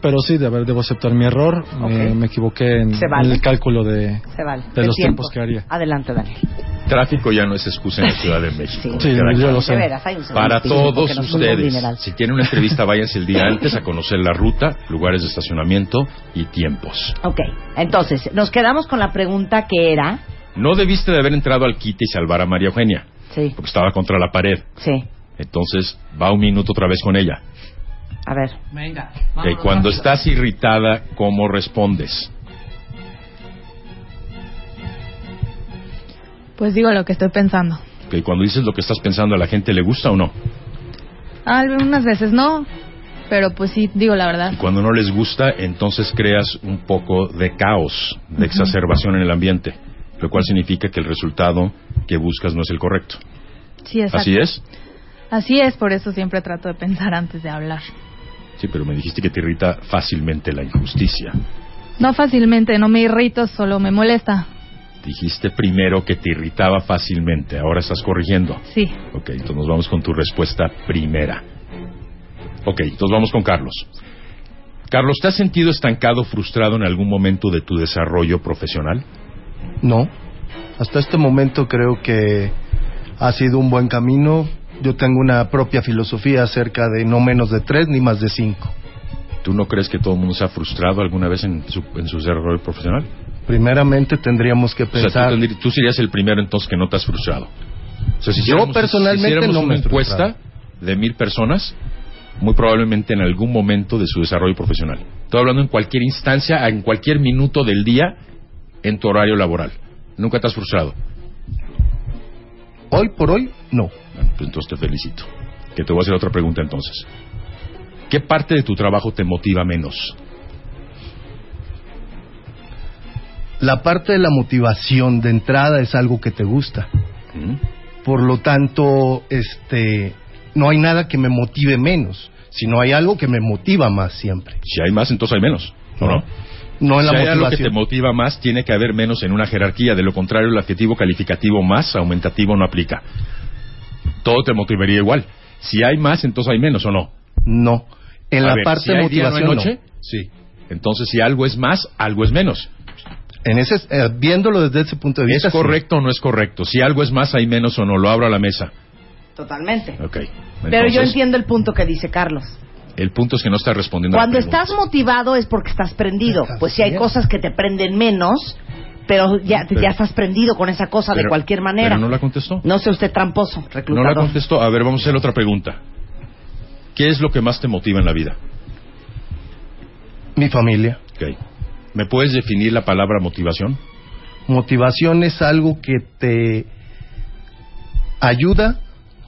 [SPEAKER 8] pero sí, de haber, debo aceptar mi error, me-
[SPEAKER 2] Ok.
[SPEAKER 8] me, equivoqué en,
[SPEAKER 2] Se vale.
[SPEAKER 8] en el cálculo de,
[SPEAKER 2] se vale.
[SPEAKER 8] de los tiempos que haría.
[SPEAKER 2] Adelante, Daniel.
[SPEAKER 5] Tráfico ya no es excusa en la Ciudad de México.
[SPEAKER 2] Sí.
[SPEAKER 5] Me
[SPEAKER 8] Sí,
[SPEAKER 5] queda claro.
[SPEAKER 8] yo lo
[SPEAKER 2] De
[SPEAKER 8] sé.
[SPEAKER 2] veras, hay un segundo
[SPEAKER 5] Para
[SPEAKER 2] piso,
[SPEAKER 5] todos
[SPEAKER 2] porque nos fuimos dineral.
[SPEAKER 5] ustedes, si tienen una entrevista, váyanse el día antes a conocer la ruta, lugares de estacionamiento y tiempos.
[SPEAKER 2] Ok, entonces, nos quedamos con la pregunta que era...
[SPEAKER 5] No debiste de haber entrado al quite y salvar a María Eugenia,
[SPEAKER 2] Sí,
[SPEAKER 5] porque estaba contra la pared.
[SPEAKER 2] sí.
[SPEAKER 5] Entonces, va un minuto otra vez con ella.
[SPEAKER 2] A ver,
[SPEAKER 4] Venga.
[SPEAKER 5] Ok, Eh, cuando estás irritada, ¿cómo respondes?
[SPEAKER 7] Pues digo lo que estoy pensando.
[SPEAKER 5] Ok, cuando dices lo que estás pensando, ¿a la gente le gusta o no?
[SPEAKER 7] Algunas veces no, pero pues sí, digo la verdad.
[SPEAKER 5] Y cuando no les gusta, entonces creas un poco de caos, de exacerbación en el ambiente, lo cual significa que el resultado que buscas no es el correcto.
[SPEAKER 7] Sí, exacto.
[SPEAKER 5] ¿Así es?
[SPEAKER 7] Así es, por eso siempre trato de pensar antes de hablar.
[SPEAKER 5] Sí, pero me dijiste que te irrita fácilmente la injusticia.
[SPEAKER 7] No fácilmente, no me irrito, solo me molesta.
[SPEAKER 5] Dijiste primero que te irritaba fácilmente, ahora estás corrigiendo.
[SPEAKER 7] Sí.
[SPEAKER 5] Ok, entonces nos vamos con tu respuesta primera. Ok, entonces vamos con Carlos. Carlos, ¿te has sentido estancado, frustrado en algún momento de tu desarrollo profesional?
[SPEAKER 6] No. Hasta este momento creo que ha sido un buen camino. Yo tengo una propia filosofía acerca de no menos de tres ni más de cinco.
[SPEAKER 5] ¿Tú no crees que todo el mundo se ha frustrado alguna vez en su, en su desarrollo profesional?
[SPEAKER 6] Primeramente tendríamos que
[SPEAKER 5] O sea,
[SPEAKER 6] pensar.
[SPEAKER 5] tú, tendrí- tú serías el primero entonces que no te has frustrado. O sea, si
[SPEAKER 6] Yo
[SPEAKER 5] hiciéramos-
[SPEAKER 6] personalmente
[SPEAKER 5] si hiciéramos
[SPEAKER 6] no
[SPEAKER 5] una
[SPEAKER 6] me he frustrado.
[SPEAKER 5] encuesta de mil personas, muy probablemente en algún momento de su desarrollo profesional. Estoy hablando en cualquier instancia, en cualquier minuto del día, en tu horario laboral. Nunca te has frustrado.
[SPEAKER 6] Hoy por hoy, no.
[SPEAKER 5] Bueno, pues entonces te felicito. Que te voy a hacer otra pregunta entonces. ¿Qué parte de tu trabajo te motiva menos?
[SPEAKER 6] La parte de la motivación de entrada es algo que te gusta.
[SPEAKER 5] ¿Mm?
[SPEAKER 6] Por lo tanto, este, no hay nada que me motive menos, sino hay algo que me motiva más siempre.
[SPEAKER 5] Si hay más, entonces hay menos. ¿o no?
[SPEAKER 6] No en la
[SPEAKER 5] si hay algo que te
[SPEAKER 6] motivación.
[SPEAKER 5] motiva más, tiene que haber menos en una jerarquía. De lo contrario, el adjetivo calificativo más, aumentativo, no aplica. Todo te motivaría igual. Si hay más, entonces hay menos, ¿o no?
[SPEAKER 6] No. En
[SPEAKER 5] A
[SPEAKER 6] la
[SPEAKER 5] ver,
[SPEAKER 6] parte
[SPEAKER 5] si
[SPEAKER 6] de
[SPEAKER 5] hay día, no hay
[SPEAKER 6] motivación. no.
[SPEAKER 5] noche. Sí. Entonces, si algo es más, algo es menos.
[SPEAKER 6] En ese, eh, viéndolo desde ese punto de vista.
[SPEAKER 5] ¿Es
[SPEAKER 6] sí.
[SPEAKER 5] correcto o no es correcto? Si algo es más, hay menos o no. Lo abro a la mesa.
[SPEAKER 2] totalmente.
[SPEAKER 5] Ok.
[SPEAKER 2] Pero yo
[SPEAKER 5] Entonces,
[SPEAKER 2] entiendo el punto que dice Carlos.
[SPEAKER 5] El punto es que no está respondiendo
[SPEAKER 2] Cuando
[SPEAKER 5] a la pregunta.
[SPEAKER 2] estás motivado es porque estás prendido.
[SPEAKER 6] Estás
[SPEAKER 2] Pues si hay
[SPEAKER 6] bien.
[SPEAKER 2] cosas que te prenden menos, pero ya,
[SPEAKER 5] Pero-
[SPEAKER 2] ya estás prendido con esa cosa de
[SPEAKER 5] Pero-
[SPEAKER 2] cualquier manera.
[SPEAKER 5] Pero no la contestó.
[SPEAKER 2] No sea usted tramposo,
[SPEAKER 5] No la
[SPEAKER 2] reclutador.
[SPEAKER 5] contestó. A ver, vamos a hacer otra pregunta. ¿Qué es lo que más te motiva en la vida?
[SPEAKER 6] Mi familia.
[SPEAKER 5] Ok. ¿Me puedes definir la palabra motivación?
[SPEAKER 6] Motivación es algo que te ayuda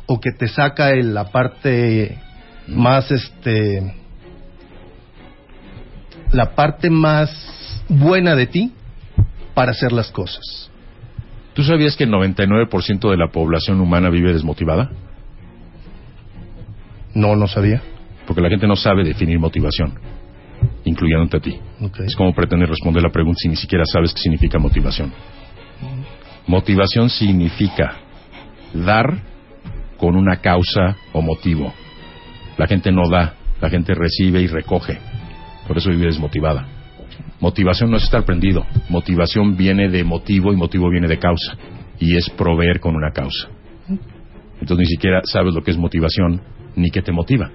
[SPEAKER 6] o que te saca en la parte más este la parte más buena de ti para hacer las cosas.
[SPEAKER 5] ¿Tú sabías que el 99% de la población humana vive desmotivada?
[SPEAKER 6] No, no sabía.
[SPEAKER 5] Porque la gente no sabe definir motivación, incluyéndote a ti.
[SPEAKER 6] Ok.
[SPEAKER 5] Es como pretender responder la pregunta si ni siquiera sabes qué significa motivación. Motivación significa dar con una causa o motivo. La gente no da, la gente recibe y recoge. Por eso vive desmotivada. Motivación no es estar prendido. Motivación viene de motivo y motivo viene de causa. Y es proveer con una causa. Entonces ni siquiera sabes lo que es motivación ni qué te motiva.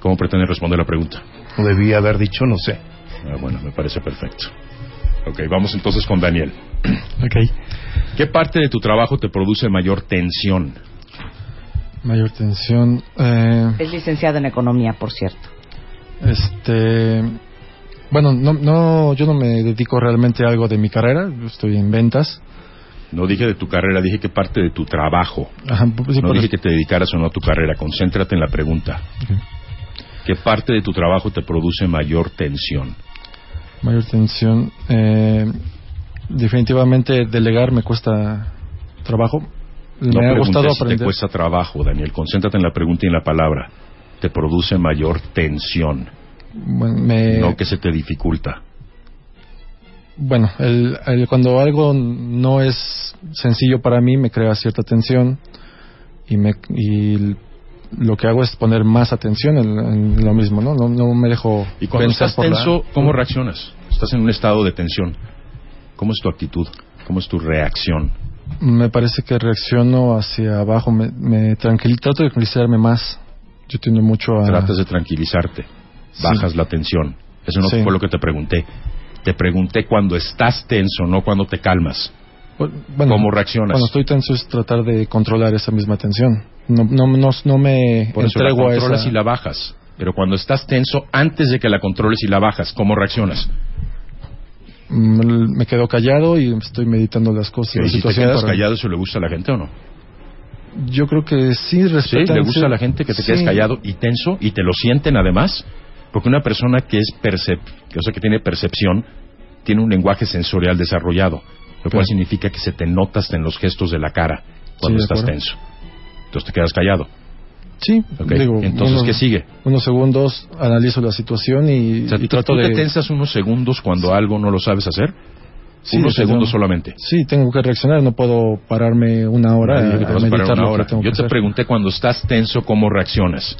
[SPEAKER 5] ¿Cómo pretendes responder la pregunta?
[SPEAKER 6] Debí haber dicho, no sé.
[SPEAKER 5] Ah, bueno, me parece perfecto. Ok, vamos entonces con Daniel.
[SPEAKER 8] Ok.
[SPEAKER 5] ¿Qué parte de tu trabajo te produce mayor tensión?
[SPEAKER 8] Mayor tensión. eh,
[SPEAKER 2] Es licenciado en economía, por cierto.
[SPEAKER 8] Este, bueno, no, no, yo no me dedico realmente a algo de mi carrera. yo Estoy en ventas.
[SPEAKER 5] No dije de tu carrera, dije que parte de tu trabajo.
[SPEAKER 8] Ajá, pues sí,
[SPEAKER 5] No
[SPEAKER 8] por-
[SPEAKER 5] dije que te dedicaras o no a tu carrera. Concéntrate en la pregunta. ¿Qué parte de tu trabajo te produce mayor tensión?
[SPEAKER 8] Mayor tensión. eh, definitivamente delegar me cuesta trabajo.
[SPEAKER 5] no
[SPEAKER 8] me ha
[SPEAKER 5] preguntes
[SPEAKER 8] gustado
[SPEAKER 5] si te
[SPEAKER 8] aprender.
[SPEAKER 5] cuesta trabajo, Daniel. Concéntrate en la pregunta y en la palabra. Te produce mayor tensión,
[SPEAKER 8] Bueno, me-
[SPEAKER 5] no que se te dificulta.
[SPEAKER 8] bueno, el, el- cuando algo no es sencillo para mí me crea cierta tensión y me y lo que hago es poner más atención en, en lo mismo, ¿no? No, no me dejo
[SPEAKER 5] Y cuando
[SPEAKER 8] vencer
[SPEAKER 5] estás
[SPEAKER 8] por la-
[SPEAKER 5] tenso, ¿cómo reaccionas? Estás en un estado de tensión. ¿Cómo es tu actitud? ¿Cómo es tu reacción?
[SPEAKER 8] Me parece que reacciono hacia abajo, me, me tranquil- trato de tranquilizarme más. Yo tiendo mucho a...
[SPEAKER 5] Tratas de tranquilizarte, bajas la tensión. Eso no
[SPEAKER 8] Sí.
[SPEAKER 5] fue lo que te pregunté. Te pregunté cuando estás tenso, no cuando te calmas.
[SPEAKER 8] Bueno,
[SPEAKER 5] ¿Cómo reaccionas?
[SPEAKER 8] Cuando estoy tenso es tratar de controlar esa misma tensión. No, no, no, no me
[SPEAKER 5] Por eso la
[SPEAKER 8] entrego a
[SPEAKER 5] controlas
[SPEAKER 8] esa...
[SPEAKER 5] y la bajas. Pero cuando estás tenso, antes de que la controles y la bajas, ¿cómo reaccionas?
[SPEAKER 8] Mm, Me quedo callado y estoy meditando las cosas.
[SPEAKER 5] Y
[SPEAKER 8] la
[SPEAKER 5] si te
[SPEAKER 8] situación
[SPEAKER 5] quedas
[SPEAKER 8] para-
[SPEAKER 5] callado, ¿eso le gusta a la gente o no?
[SPEAKER 8] Yo creo que sí,
[SPEAKER 5] Sí,
[SPEAKER 8] respetan.
[SPEAKER 5] le gusta a la gente que te
[SPEAKER 8] sí.
[SPEAKER 5] quedes callado y tenso y te lo sienten además, porque una persona que es percep que, o sea, que tiene percepción tiene un lenguaje sensorial desarrollado, lo cual
[SPEAKER 8] Sí.
[SPEAKER 5] significa que se te nota hasta en los gestos de la cara cuando
[SPEAKER 8] Sí, de
[SPEAKER 5] estás
[SPEAKER 8] acuerdo.
[SPEAKER 5] tenso. Entonces te quedas callado.
[SPEAKER 8] Sí,
[SPEAKER 5] Ok,
[SPEAKER 8] digo,
[SPEAKER 5] Entonces,
[SPEAKER 8] unos-
[SPEAKER 5] ¿qué sigue?
[SPEAKER 8] Unos segundos analizo la situación y,
[SPEAKER 5] O sea,
[SPEAKER 8] y
[SPEAKER 5] ¿tú,
[SPEAKER 8] trato
[SPEAKER 5] tú
[SPEAKER 8] de...
[SPEAKER 5] te tensas unos segundos cuando algo no lo sabes hacer?
[SPEAKER 8] Sí,
[SPEAKER 5] unos
[SPEAKER 8] desde
[SPEAKER 5] segundos
[SPEAKER 8] luego.
[SPEAKER 5] solamente.
[SPEAKER 8] Sí, tengo que reaccionar, no puedo pararme una hora
[SPEAKER 5] Nadie dijo que
[SPEAKER 8] a,
[SPEAKER 5] te vas a parar
[SPEAKER 8] meditar
[SPEAKER 5] una
[SPEAKER 8] lo que
[SPEAKER 5] hora.
[SPEAKER 8] tengo
[SPEAKER 5] Yo
[SPEAKER 8] que
[SPEAKER 5] te
[SPEAKER 8] hacer.
[SPEAKER 5] pregunté cuando estás tenso cómo reaccionas.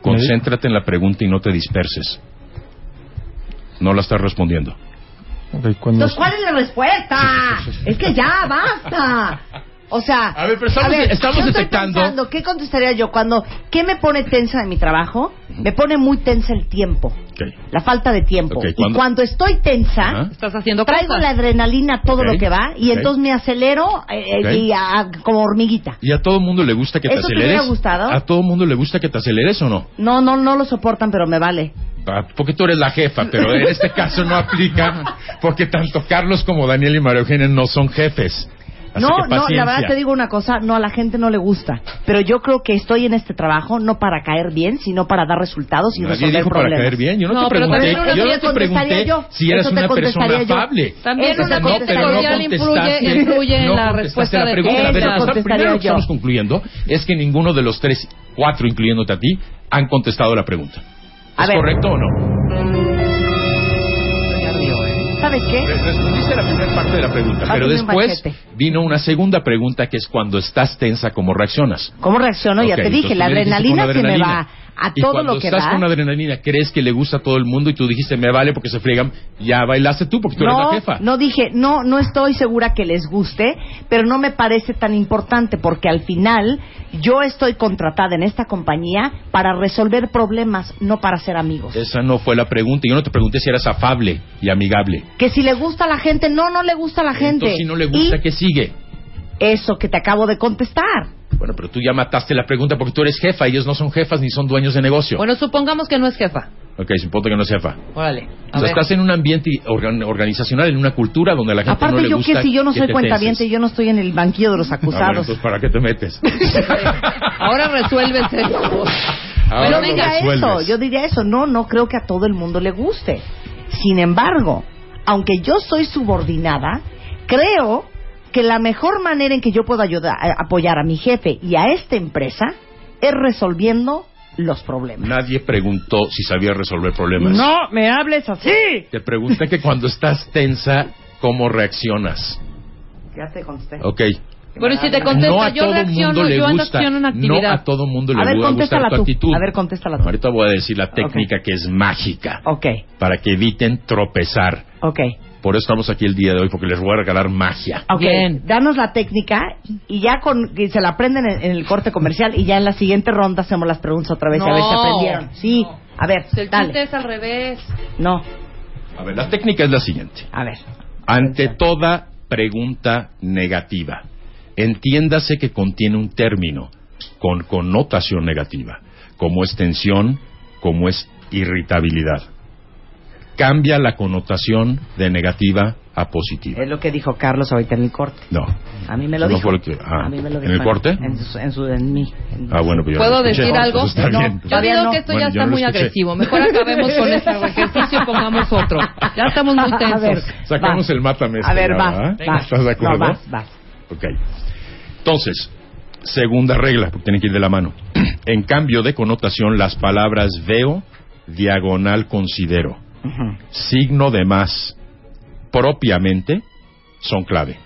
[SPEAKER 5] Concéntrate en la pregunta y no te disperses. No la estás respondiendo.
[SPEAKER 8] Ok, cuando-
[SPEAKER 2] Entonces, ¿cuál es la respuesta? es que ya, basta. O sea,
[SPEAKER 5] A ver, pero estamos- estamos
[SPEAKER 2] yo estoy
[SPEAKER 5] detectando-
[SPEAKER 2] pensando, ¿Qué contestaría yo cuando... ¿Qué me pone tensa en mi trabajo? Me pone muy tensa el tiempo,
[SPEAKER 5] Ok.
[SPEAKER 2] la falta de tiempo.
[SPEAKER 5] Ok,
[SPEAKER 2] y
[SPEAKER 5] cuando-
[SPEAKER 2] cuando estoy tensa...
[SPEAKER 5] Ajá.
[SPEAKER 3] Estás haciendo
[SPEAKER 2] Traigo la
[SPEAKER 3] cosas.
[SPEAKER 2] adrenalina a todo
[SPEAKER 5] Ok,
[SPEAKER 2] lo que va y
[SPEAKER 5] ok.
[SPEAKER 2] entonces me acelero eh,
[SPEAKER 5] Ok.
[SPEAKER 2] y a- a- como hormiguita.
[SPEAKER 5] ¿Y a todo mundo le gusta que te
[SPEAKER 2] ¿Eso te
[SPEAKER 5] aceleres?
[SPEAKER 2] hubiera gustado?
[SPEAKER 5] ¿A todo mundo le gusta que te aceleres o no?
[SPEAKER 2] No, no, no lo soportan, pero me vale.
[SPEAKER 5] Ah, Porque tú eres la jefa, pero en este caso no aplica, porque tanto Carlos como Daniel y María Eugenia no son jefes. Así
[SPEAKER 2] no,
[SPEAKER 5] que
[SPEAKER 2] no, la verdad
[SPEAKER 5] paciencia.
[SPEAKER 2] te digo una cosa, no, a la gente no le gusta. Pero yo creo que estoy en este trabajo no para caer bien, sino para dar resultados y
[SPEAKER 5] Nadie
[SPEAKER 2] resolver
[SPEAKER 5] dijo
[SPEAKER 2] problemas.
[SPEAKER 5] para caer bien. Yo no,
[SPEAKER 3] No,
[SPEAKER 5] te
[SPEAKER 3] pero
[SPEAKER 5] pregunté,
[SPEAKER 3] también una
[SPEAKER 5] yo no
[SPEAKER 2] te
[SPEAKER 5] te pregunté
[SPEAKER 2] contestaría yo.
[SPEAKER 5] si eres
[SPEAKER 2] Eso te
[SPEAKER 5] una persona
[SPEAKER 2] contestaría yo.
[SPEAKER 5] afable.
[SPEAKER 3] También
[SPEAKER 2] Eso
[SPEAKER 3] una
[SPEAKER 2] te
[SPEAKER 5] no, pero no
[SPEAKER 2] contestaría
[SPEAKER 3] cordial
[SPEAKER 5] contestaste.
[SPEAKER 3] influye, influye en
[SPEAKER 5] no
[SPEAKER 3] la
[SPEAKER 5] contestaste
[SPEAKER 3] respuesta
[SPEAKER 5] la
[SPEAKER 3] de
[SPEAKER 5] pregunta. A ver,
[SPEAKER 2] Eso
[SPEAKER 5] lo que estamos-
[SPEAKER 2] contestaría
[SPEAKER 5] primero que
[SPEAKER 2] yo.
[SPEAKER 5] estamos concluyendo es que ninguno de los tres, cuatro incluyéndote a ti, han contestado la pregunta.
[SPEAKER 2] A
[SPEAKER 5] ¿Es
[SPEAKER 2] ver.
[SPEAKER 5] correcto o no?
[SPEAKER 2] ¿Sabes qué?
[SPEAKER 5] Respondiste Pues, la primera parte de la pregunta,
[SPEAKER 2] Ah,
[SPEAKER 5] pero
[SPEAKER 2] tiene un
[SPEAKER 5] después
[SPEAKER 2] machete.
[SPEAKER 5] vino una segunda pregunta que es cuando estás tensa, ¿cómo reaccionas?
[SPEAKER 2] ¿Cómo reacciono?
[SPEAKER 5] Ok,
[SPEAKER 2] ya te dije,
[SPEAKER 5] entonces
[SPEAKER 2] la
[SPEAKER 5] tú me dijiste
[SPEAKER 2] adrenalina,
[SPEAKER 5] con
[SPEAKER 2] sí me va.
[SPEAKER 5] adrenalina.
[SPEAKER 2] a
[SPEAKER 5] Y
[SPEAKER 2] todo
[SPEAKER 5] cuando
[SPEAKER 2] lo que
[SPEAKER 5] estás
[SPEAKER 2] da.
[SPEAKER 5] con adrenalina, crees que le gusta a todo el mundo y tú dijiste, me vale porque se friegan, ya bailaste tú porque tú eres
[SPEAKER 2] no,
[SPEAKER 5] la jefa.
[SPEAKER 2] no dije, no, no estoy segura que les guste, pero no me parece tan importante porque al final yo estoy contratada en esta compañía para resolver problemas, no para ser amigos.
[SPEAKER 5] Esa no fue la pregunta. Yo no te pregunté si eras afable y amigable.
[SPEAKER 2] Que si le gusta a la gente, no, no le gusta a la gente.
[SPEAKER 5] Entonces, si no le gusta,
[SPEAKER 2] Y
[SPEAKER 5] ¿qué sigue?
[SPEAKER 2] eso que te acabo de contestar.
[SPEAKER 5] Bueno, pero tú ya mataste la pregunta porque tú eres jefa. Ellos no son jefas ni son dueños de negocio.
[SPEAKER 3] Bueno, supongamos que no es jefa.
[SPEAKER 5] Ok, supongo que no es jefa.
[SPEAKER 3] Órale.
[SPEAKER 5] O sea, estás en un ambiente organ- organizacional, en una cultura donde a la gente
[SPEAKER 2] Aparte,
[SPEAKER 5] no le
[SPEAKER 2] yo
[SPEAKER 5] gusta
[SPEAKER 2] que si yo no soy
[SPEAKER 5] te
[SPEAKER 2] cuentaviente,
[SPEAKER 5] tenses.
[SPEAKER 2] yo no estoy en el banquillo de los
[SPEAKER 5] Ah, bueno,
[SPEAKER 2] acusados.
[SPEAKER 5] entonces, ¿para qué te metes?
[SPEAKER 3] Ahora resuélvese.
[SPEAKER 5] Ahora
[SPEAKER 2] Pero
[SPEAKER 5] lo
[SPEAKER 2] venga eso,
[SPEAKER 5] resuelves.
[SPEAKER 2] yo diría eso. No, no creo que a todo el mundo le guste. Sin embargo, aunque yo soy subordinada, creo que la mejor manera en que yo puedo ayudar, a- apoyar a mi jefe y a esta empresa es resolviendo los problemas.
[SPEAKER 5] Nadie preguntó si sabía resolver problemas.
[SPEAKER 2] No me hables así.
[SPEAKER 5] Te pregunté que cuando estás tensa, ¿cómo reaccionas?
[SPEAKER 2] Ya te contesté.
[SPEAKER 5] Ok.
[SPEAKER 3] Bueno, y si te
[SPEAKER 5] no
[SPEAKER 3] contesta,
[SPEAKER 5] a
[SPEAKER 3] yo
[SPEAKER 5] todo mundo
[SPEAKER 3] reacciono,
[SPEAKER 5] le
[SPEAKER 3] yo ando
[SPEAKER 5] gusta.
[SPEAKER 3] acciono en actividad.
[SPEAKER 5] No a todo mundo le
[SPEAKER 2] A ver,
[SPEAKER 5] va a gustar
[SPEAKER 2] contéstala
[SPEAKER 5] tu
[SPEAKER 2] tú.
[SPEAKER 5] actitud.
[SPEAKER 2] A ver, contéstala tú.
[SPEAKER 5] Ahorita voy a decir la técnica que es mágica
[SPEAKER 2] Ok,
[SPEAKER 5] para que eviten tropezar.
[SPEAKER 2] ok,
[SPEAKER 5] Por eso estamos aquí el día de hoy, porque les voy a regalar magia.
[SPEAKER 2] ok.
[SPEAKER 3] Bien.
[SPEAKER 2] Danos la técnica y ya con, y se la aprenden en, en el corte comercial y ya en la siguiente ronda hacemos las preguntas otra vez y a ver si
[SPEAKER 3] No.
[SPEAKER 2] aprendieron. Sí, a ver,
[SPEAKER 3] Si El chiste
[SPEAKER 2] dale.
[SPEAKER 3] es al revés.
[SPEAKER 2] No,
[SPEAKER 5] A ver, la técnica es la siguiente.
[SPEAKER 2] a ver.
[SPEAKER 5] Ante toda pregunta negativa, entiéndase que contiene un término con connotación negativa, como es tensión, como es irritabilidad. Cambia la connotación de negativa a positiva.
[SPEAKER 2] Es lo que dijo Carlos ahorita en el corte.
[SPEAKER 5] No.
[SPEAKER 2] A mí me lo
[SPEAKER 5] No
[SPEAKER 2] dijo.
[SPEAKER 5] fue lo que- ah,
[SPEAKER 2] a mí me lo
[SPEAKER 5] ¿en
[SPEAKER 2] dijo
[SPEAKER 5] el corte?
[SPEAKER 2] En, su- en su- en mí. En-
[SPEAKER 5] Ah, bueno, pues yo no
[SPEAKER 3] ¿Puedo
[SPEAKER 5] lo escuché.
[SPEAKER 3] decir
[SPEAKER 5] No,
[SPEAKER 3] algo?
[SPEAKER 5] pues está
[SPEAKER 2] No.
[SPEAKER 5] bien.
[SPEAKER 3] Yo
[SPEAKER 2] Todavía
[SPEAKER 3] digo
[SPEAKER 2] no.
[SPEAKER 3] que esto
[SPEAKER 5] Bueno,
[SPEAKER 3] ya
[SPEAKER 5] yo
[SPEAKER 3] está
[SPEAKER 5] no lo
[SPEAKER 3] muy
[SPEAKER 5] escuché.
[SPEAKER 3] agresivo. Mejor acabemos con este ejercicio y pongamos otro. Ya estamos muy
[SPEAKER 2] A
[SPEAKER 3] tensos.
[SPEAKER 2] ver,
[SPEAKER 5] Sacamos
[SPEAKER 2] va.
[SPEAKER 5] el mapa
[SPEAKER 2] A ver, vas, vas.
[SPEAKER 5] ¿eh? ¿Estás de acuerdo?
[SPEAKER 2] No, vas, vas.
[SPEAKER 5] Ok. Entonces, segunda regla, porque tienen que ir de la mano. En cambio de connotación, las palabras veo, diagonal considero, signo de más, propiamente, son clave.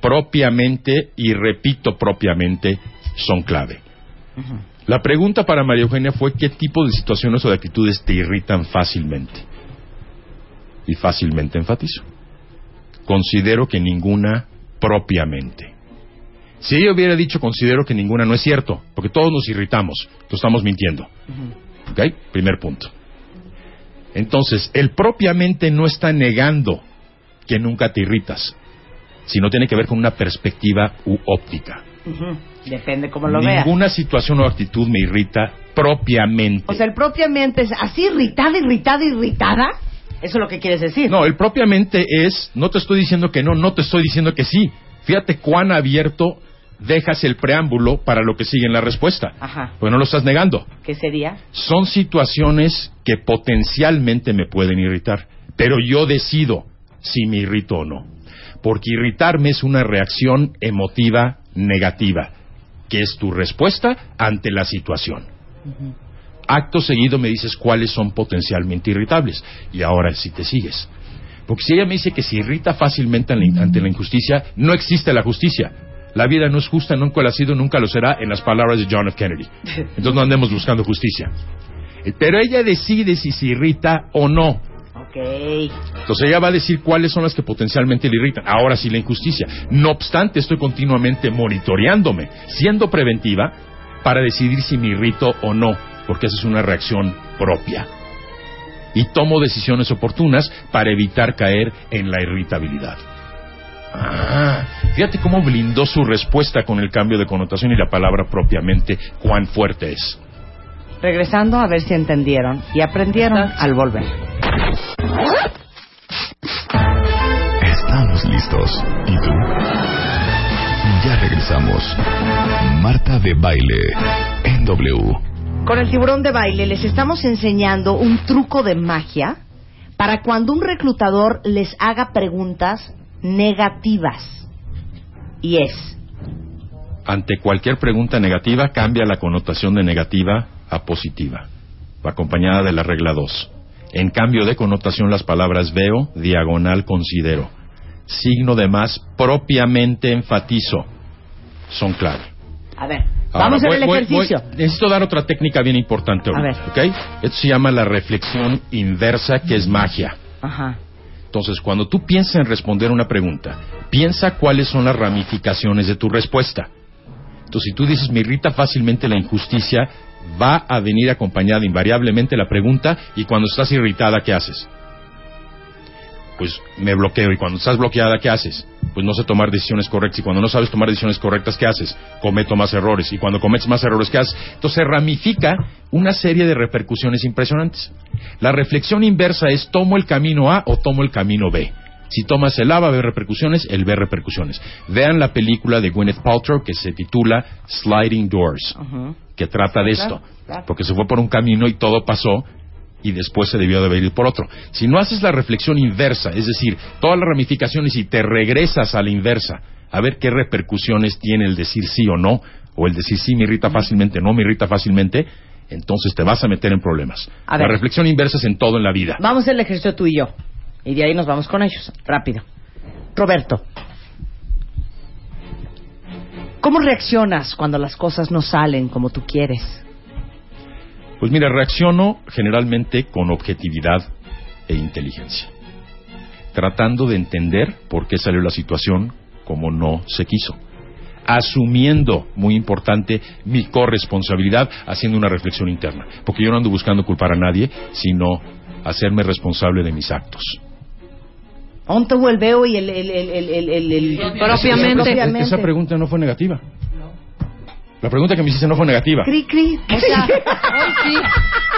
[SPEAKER 5] Propiamente y repito propiamente, son clave. La pregunta para María Eugenia fue qué tipo de situaciones o de actitudes te irritan fácilmente. Y fácilmente enfatizo considero que ninguna propiamente. Si ella hubiera dicho considero que ninguna, no es cierto, porque todos nos irritamos, nos estamos mintiendo. ¿Ok? Primer punto. Entonces, el propiamente no está negando que nunca te irritas, sino tiene que ver con una perspectiva u óptica.
[SPEAKER 2] Ujú. Depende cómo lo veas.
[SPEAKER 5] Ninguna situación o actitud me irrita propiamente.
[SPEAKER 2] O sea, el propiamente es así irritada, irritada, irritada. Eso es lo que quieres decir.
[SPEAKER 5] No, el propiamente es, no te estoy diciendo que no, no te estoy diciendo que sí. Fíjate cuán abierto dejas el preámbulo para lo que sigue en la respuesta.
[SPEAKER 2] Ajá.
[SPEAKER 5] Pues no lo estás negando.
[SPEAKER 2] ¿Qué sería?
[SPEAKER 5] Son situaciones que potencialmente me pueden irritar, pero yo decido si me irrito o no. Porque irritarme es una reacción emotiva negativa, que es tu respuesta ante la situación. Acto seguido me dices cuáles son potencialmente irritables. Y ahora si te sigues. Porque si ella me dice que se irrita fácilmente ante la- ante la injusticia, no existe la justicia. La vida no es justa, nunca lo ha sido, nunca lo será, en las palabras de John F. Kennedy. Entonces no andemos buscando justicia. Eh, Pero ella decide si se irrita o no.
[SPEAKER 2] Ok.
[SPEAKER 5] Entonces ella va a decir cuáles son las que potencialmente le irritan. Ahora sí la injusticia. No obstante, estoy continuamente monitoreándome, siendo preventiva, para decidir si me irrito o no, porque esa es una reacción propia. Y tomo decisiones oportunas para evitar caer en la irritabilidad. Ah, fíjate cómo blindó su respuesta con el cambio de connotación y la palabra propiamente, cuán fuerte es.
[SPEAKER 2] Regresando a ver si entendieron y aprendieron al volver.
[SPEAKER 1] Estamos listos. ¿Y tú? Ya regresamos. Marta de baile en W.
[SPEAKER 2] Con el tiburón de baile les estamos enseñando un truco de magia para cuando un reclutador les haga preguntas negativas. Y es,
[SPEAKER 5] Ante cualquier pregunta negativa, cambia la connotación de negativa a positiva, acompañada de la regla 2. En cambio de connotación, las palabras veo, diagonal, considero. Signo de más, propiamente enfatizo. Son clave.
[SPEAKER 2] a ver,
[SPEAKER 5] Ah,
[SPEAKER 2] Vamos a ver el ejercicio.
[SPEAKER 5] necesito dar otra técnica bien importante. ahorita, ¿ok? Esto se llama la reflexión inversa, que es magia.
[SPEAKER 2] Ajá.
[SPEAKER 5] Entonces, cuando tú piensas en responder una pregunta, piensa cuáles son las ramificaciones de tu respuesta. Entonces, si tú dices, me irrita fácilmente la injusticia, va a venir acompañada invariablemente la pregunta, y cuando estás irritada, ¿qué haces? Pues me bloqueo, y cuando estás bloqueada, ¿qué haces? Pues no sé tomar decisiones correctas, y cuando no sabes tomar decisiones correctas, ¿qué haces? Cometo más errores, y cuando cometes más errores, ¿qué haces? Entonces, se ramifica una serie de repercusiones impresionantes. La reflexión inversa es tomo el camino A o tomo el camino B. Si tomas el A va a haber repercusiones, el B repercusiones. Vean la película de Gwyneth Paltrow que se titula Sliding Doors, que trata de esto, porque se fue por un camino y todo pasó y después se debió de haber ido por otro. Si no haces la reflexión inversa, es decir, todas las ramificaciones y te regresas a la inversa, a ver qué repercusiones tiene el decir sí o no, o el decir sí me irrita fácilmente, no me irrita fácilmente, entonces te vas a meter en problemas.
[SPEAKER 2] A
[SPEAKER 5] la
[SPEAKER 2] ver.
[SPEAKER 5] reflexión inversa es en todo en la vida.
[SPEAKER 2] Vamos a hacer el ejercicio tú y yo. Y de ahí nos vamos con ellos. Rápido. Roberto. ¿Cómo reaccionas cuando las cosas no salen como tú quieres?
[SPEAKER 5] Pues mira, reacciono generalmente con objetividad e inteligencia, tratando de entender por qué salió la situación como no se quiso, asumiendo, muy importante, mi corresponsabilidad, haciendo una reflexión interna, porque yo no ando buscando culpar a nadie, sino hacerme responsable de mis actos.
[SPEAKER 2] ¿Dónde te volveo y el... el, el, el, el, el- el-
[SPEAKER 4] El
[SPEAKER 3] propiamente.
[SPEAKER 2] propiamente.
[SPEAKER 5] Esa pregunta no fue negativa. La pregunta que me hiciste no fue negativa.
[SPEAKER 2] Cri, cri.
[SPEAKER 3] O sea, hoy sí.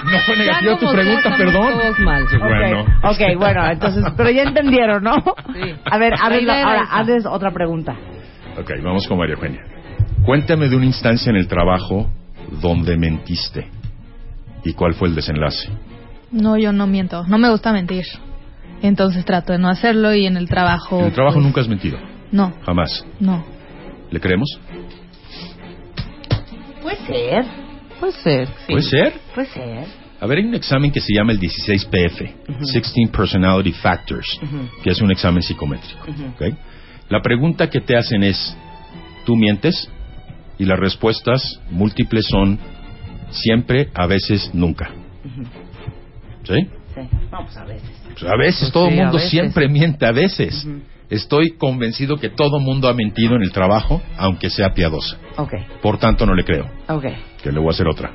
[SPEAKER 5] No fue
[SPEAKER 3] Ya
[SPEAKER 5] negativa
[SPEAKER 3] no
[SPEAKER 5] tu
[SPEAKER 3] nos
[SPEAKER 5] pregunta,
[SPEAKER 3] tratamos
[SPEAKER 5] perdón.
[SPEAKER 3] todos mal.
[SPEAKER 5] Qué
[SPEAKER 2] Ok,
[SPEAKER 5] Bueno.
[SPEAKER 2] ok, bueno, entonces, pero ya entendieron, ¿no?
[SPEAKER 3] Sí.
[SPEAKER 2] A ver, a
[SPEAKER 3] La
[SPEAKER 2] ver,
[SPEAKER 3] idea era
[SPEAKER 2] ahora,
[SPEAKER 3] esa.
[SPEAKER 2] hazles otra pregunta.
[SPEAKER 5] Ok, vamos con María Eugenia. Cuéntame de una instancia en el trabajo donde mentiste. ¿Y cuál fue el desenlace?
[SPEAKER 7] No, yo no miento. No me gusta mentir. Entonces trato de no hacerlo y en el trabajo.
[SPEAKER 5] en el trabajo
[SPEAKER 7] pues,
[SPEAKER 5] nunca has mentido,
[SPEAKER 7] No,
[SPEAKER 5] jamás.
[SPEAKER 7] no.
[SPEAKER 5] ¿Le creemos?
[SPEAKER 2] Puede ser,
[SPEAKER 3] Puede ser. sí.
[SPEAKER 5] ¿Puede ser?
[SPEAKER 2] puede ser.
[SPEAKER 5] A ver, hay un examen que se llama el 16PF, 16 Personality Factors, que es un examen psicométrico. ¿ok? La pregunta que te hacen es, ¿tú mientes? Y las respuestas múltiples son siempre, a veces, nunca. ¿Sí?
[SPEAKER 2] Sí, no, pues a veces.
[SPEAKER 5] Pues a veces,
[SPEAKER 3] Pues
[SPEAKER 5] todo el
[SPEAKER 3] sí, a
[SPEAKER 5] mundo
[SPEAKER 3] veces.
[SPEAKER 5] siempre miente, a veces.
[SPEAKER 2] Ujú.
[SPEAKER 5] Estoy convencido que todo mundo ha mentido en el trabajo, aunque sea piadosa.
[SPEAKER 2] Ok,
[SPEAKER 5] Por tanto, no le creo,
[SPEAKER 2] ok.
[SPEAKER 5] que le voy a hacer otra.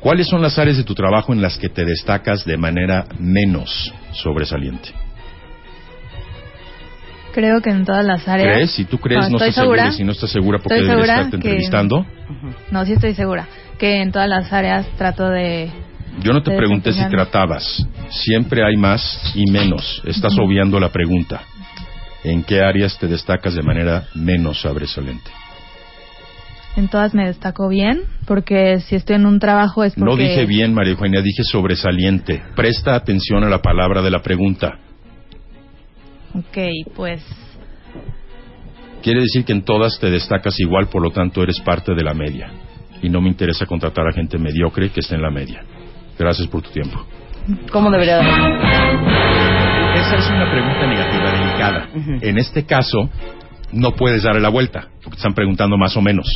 [SPEAKER 5] ¿Cuáles son las áreas de tu trabajo en las que te destacas de manera menos sobresaliente?
[SPEAKER 7] Creo que en todas las áreas.
[SPEAKER 5] ¿Crees? Si tú crees, no,
[SPEAKER 7] estoy
[SPEAKER 5] estás
[SPEAKER 7] segura.
[SPEAKER 5] segura. Si no estás segura, ¿por qué
[SPEAKER 7] Estoy
[SPEAKER 5] deberías
[SPEAKER 7] segura
[SPEAKER 5] estarte
[SPEAKER 7] que-
[SPEAKER 5] entrevistando?
[SPEAKER 7] No, sí estoy segura. Que en todas las áreas trato de.
[SPEAKER 5] Yo no te
[SPEAKER 7] Estoy
[SPEAKER 5] pregunté si
[SPEAKER 7] desempeñando.
[SPEAKER 5] tratabas. Siempre hay más y menos. Estás obviando la pregunta. ¿En qué áreas te destacas de manera menos sobresaliente?
[SPEAKER 7] En todas me destaco bien, porque si estoy en un trabajo es porque.
[SPEAKER 5] No dije bien, María Eugenia, dije sobresaliente. Presta atención a la palabra de la pregunta.
[SPEAKER 7] Ok, pues.
[SPEAKER 5] Quiere decir que en todas te destacas igual, por lo tanto eres parte de la media. Y no me interesa contratar a gente mediocre que esté en la media. Gracias por tu tiempo.
[SPEAKER 2] ¿Cómo debería de
[SPEAKER 5] Esa es una pregunta negativa delicada. En este caso, no puedes darle la vuelta, porque te están preguntando más o menos.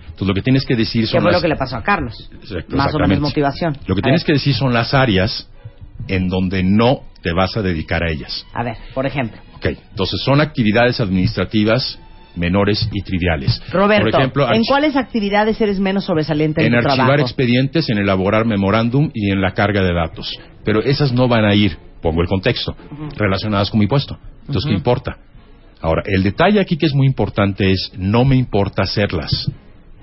[SPEAKER 5] Entonces lo que tienes que decir
[SPEAKER 2] ¿Qué
[SPEAKER 5] son
[SPEAKER 2] fue
[SPEAKER 5] las-
[SPEAKER 2] lo que le pasó a Carlos?
[SPEAKER 5] Exacto,
[SPEAKER 2] Más o menos
[SPEAKER 5] exactamente.
[SPEAKER 2] motivación.
[SPEAKER 5] Lo que
[SPEAKER 2] A
[SPEAKER 5] tienes
[SPEAKER 2] ver.
[SPEAKER 5] que decir son las áreas en donde no te vas a dedicar a ellas.
[SPEAKER 2] A ver, por ejemplo.
[SPEAKER 5] Ok, entonces son actividades administrativas menores y triviales.
[SPEAKER 2] Roberto,
[SPEAKER 5] Por ejemplo,
[SPEAKER 2] ¿en
[SPEAKER 5] archi-
[SPEAKER 2] cuáles actividades eres menos sobresaliente en,
[SPEAKER 5] en
[SPEAKER 2] tu
[SPEAKER 5] archivar
[SPEAKER 2] trabajo?
[SPEAKER 5] expedientes, en elaborar memorándum y en la carga de datos. Pero esas no van a ir, pongo el contexto, relacionadas con mi puesto. Entonces, ¿qué importa? Ahora, el detalle aquí que es muy importante es, no me importa hacerlas,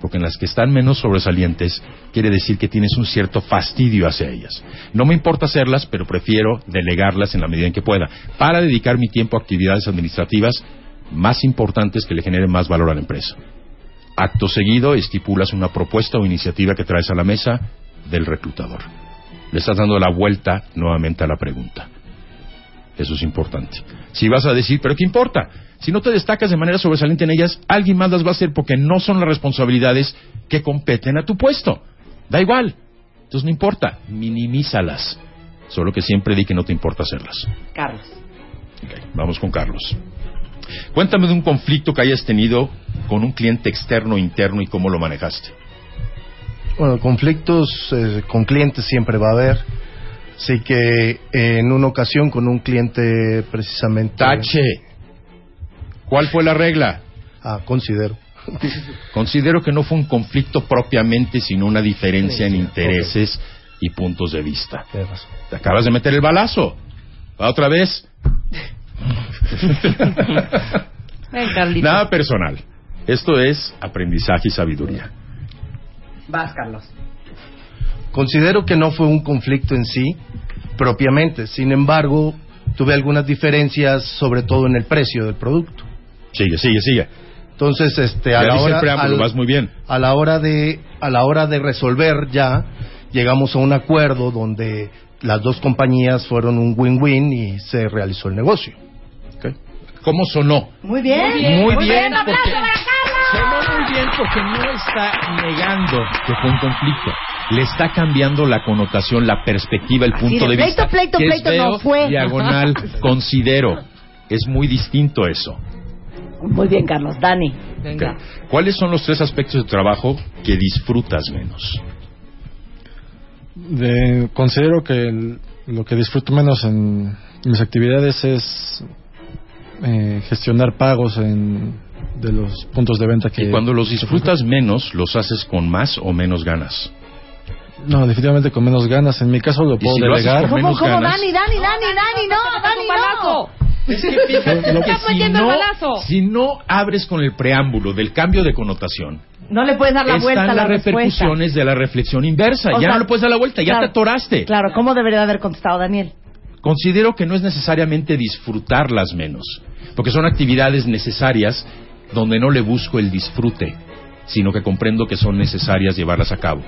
[SPEAKER 5] porque en las que están menos sobresalientes quiere decir que tienes un cierto fastidio hacia ellas. No me importa hacerlas, pero prefiero delegarlas en la medida en que pueda, para dedicar mi tiempo a actividades administrativas más importantes que le generen más valor a la empresa. Acto seguido estipulas una propuesta o iniciativa que traes a la mesa del reclutador. Le estás dando la vuelta nuevamente a la pregunta. Eso es importante. Si vas a decir, pero ¿qué importa? Si no te destacas de manera sobresaliente en ellas, alguien más las va a hacer porque no son las responsabilidades que competen a tu puesto. Da igual. Entonces no importa, minimízalas. Solo que siempre di que no te importa hacerlas.
[SPEAKER 2] Carlos.
[SPEAKER 5] Ok, Vamos con Carlos. Cuéntame de un conflicto que hayas tenido con un cliente externo o interno y cómo lo manejaste.
[SPEAKER 6] Bueno, conflictos eh, con clientes siempre va a haber. Así que eh, en una ocasión con un cliente precisamente...
[SPEAKER 5] Tache. ¿Cuál fue la regla?
[SPEAKER 6] Ah, considero.
[SPEAKER 5] Considero que no fue un conflicto propiamente, sino una diferencia en intereses y puntos de vista.
[SPEAKER 6] Tienes razón.
[SPEAKER 5] Te acabas de meter el balazo. Va otra vez.
[SPEAKER 3] Ven, Carlita.
[SPEAKER 5] Nada personal. Esto es aprendizaje y sabiduría.
[SPEAKER 2] Vas, Carlos.
[SPEAKER 6] Considero que no fue un conflicto en sí, propiamente. Sin embargo, tuve algunas diferencias, sobre todo en el precio del producto.
[SPEAKER 5] Sigue, sigue, sigue.
[SPEAKER 6] Entonces, este,
[SPEAKER 5] Ya
[SPEAKER 6] a la
[SPEAKER 5] dice
[SPEAKER 6] hora,
[SPEAKER 5] el preámbulo,
[SPEAKER 6] al-
[SPEAKER 5] vas muy bien.
[SPEAKER 6] a la hora de a la hora de resolver ya llegamos a un acuerdo donde las dos compañías fueron un win-win y se realizó el negocio.
[SPEAKER 5] ¿Cómo sonó?
[SPEAKER 2] Muy bien.
[SPEAKER 5] Muy bien,
[SPEAKER 2] un aplauso
[SPEAKER 5] porque-
[SPEAKER 2] para Carlos.
[SPEAKER 5] Sonó muy bien porque no está negando que fue un conflicto. Le está cambiando la connotación, la perspectiva, el punto
[SPEAKER 2] de
[SPEAKER 5] de
[SPEAKER 2] pleito,
[SPEAKER 5] vista.
[SPEAKER 2] pleito,
[SPEAKER 5] que es
[SPEAKER 2] pleito no
[SPEAKER 5] veo,
[SPEAKER 2] fue.
[SPEAKER 5] Diagonal, considero. Es muy distinto eso.
[SPEAKER 2] Muy bien, Carlos. Dani.
[SPEAKER 3] Venga.
[SPEAKER 5] ¿Cuáles son los tres aspectos de trabajo que disfrutas menos?
[SPEAKER 8] De- considero que el- lo que disfruto menos en mis actividades es eh, gestionar pagos en, de los puntos de venta que...
[SPEAKER 5] Y cuando los disfrutas menos, los haces con más o menos ganas.
[SPEAKER 8] No, definitivamente con menos ganas. En mi caso lo
[SPEAKER 5] Y
[SPEAKER 8] puedo
[SPEAKER 5] si lo haces
[SPEAKER 8] delegar.
[SPEAKER 5] con
[SPEAKER 2] ¿Cómo,
[SPEAKER 5] menos
[SPEAKER 2] cómo,
[SPEAKER 5] ganas.
[SPEAKER 2] Dani, Dani, Dani, Dani, no, Dani, no?
[SPEAKER 5] Es que fíjate
[SPEAKER 8] Lo-
[SPEAKER 5] que
[SPEAKER 8] Está
[SPEAKER 5] si
[SPEAKER 3] metiendo el
[SPEAKER 5] no,
[SPEAKER 3] balazo.
[SPEAKER 5] si no abres con el preámbulo del cambio de connotación,
[SPEAKER 2] No le puedes dar la vuelta a
[SPEAKER 5] están
[SPEAKER 2] la
[SPEAKER 5] las
[SPEAKER 2] respuesta.
[SPEAKER 5] repercusiones de la reflexión inversa.
[SPEAKER 2] O
[SPEAKER 5] ya
[SPEAKER 2] sea,
[SPEAKER 5] no le puedes dar la vuelta, ya
[SPEAKER 2] claro,
[SPEAKER 5] te atoraste.
[SPEAKER 2] Claro, ¿cómo debería haber contestado Daniel?
[SPEAKER 5] Considero que no es necesariamente disfrutarlas menos, porque son actividades necesarias donde no le busco el disfrute, sino que comprendo que son necesarias llevarlas a cabo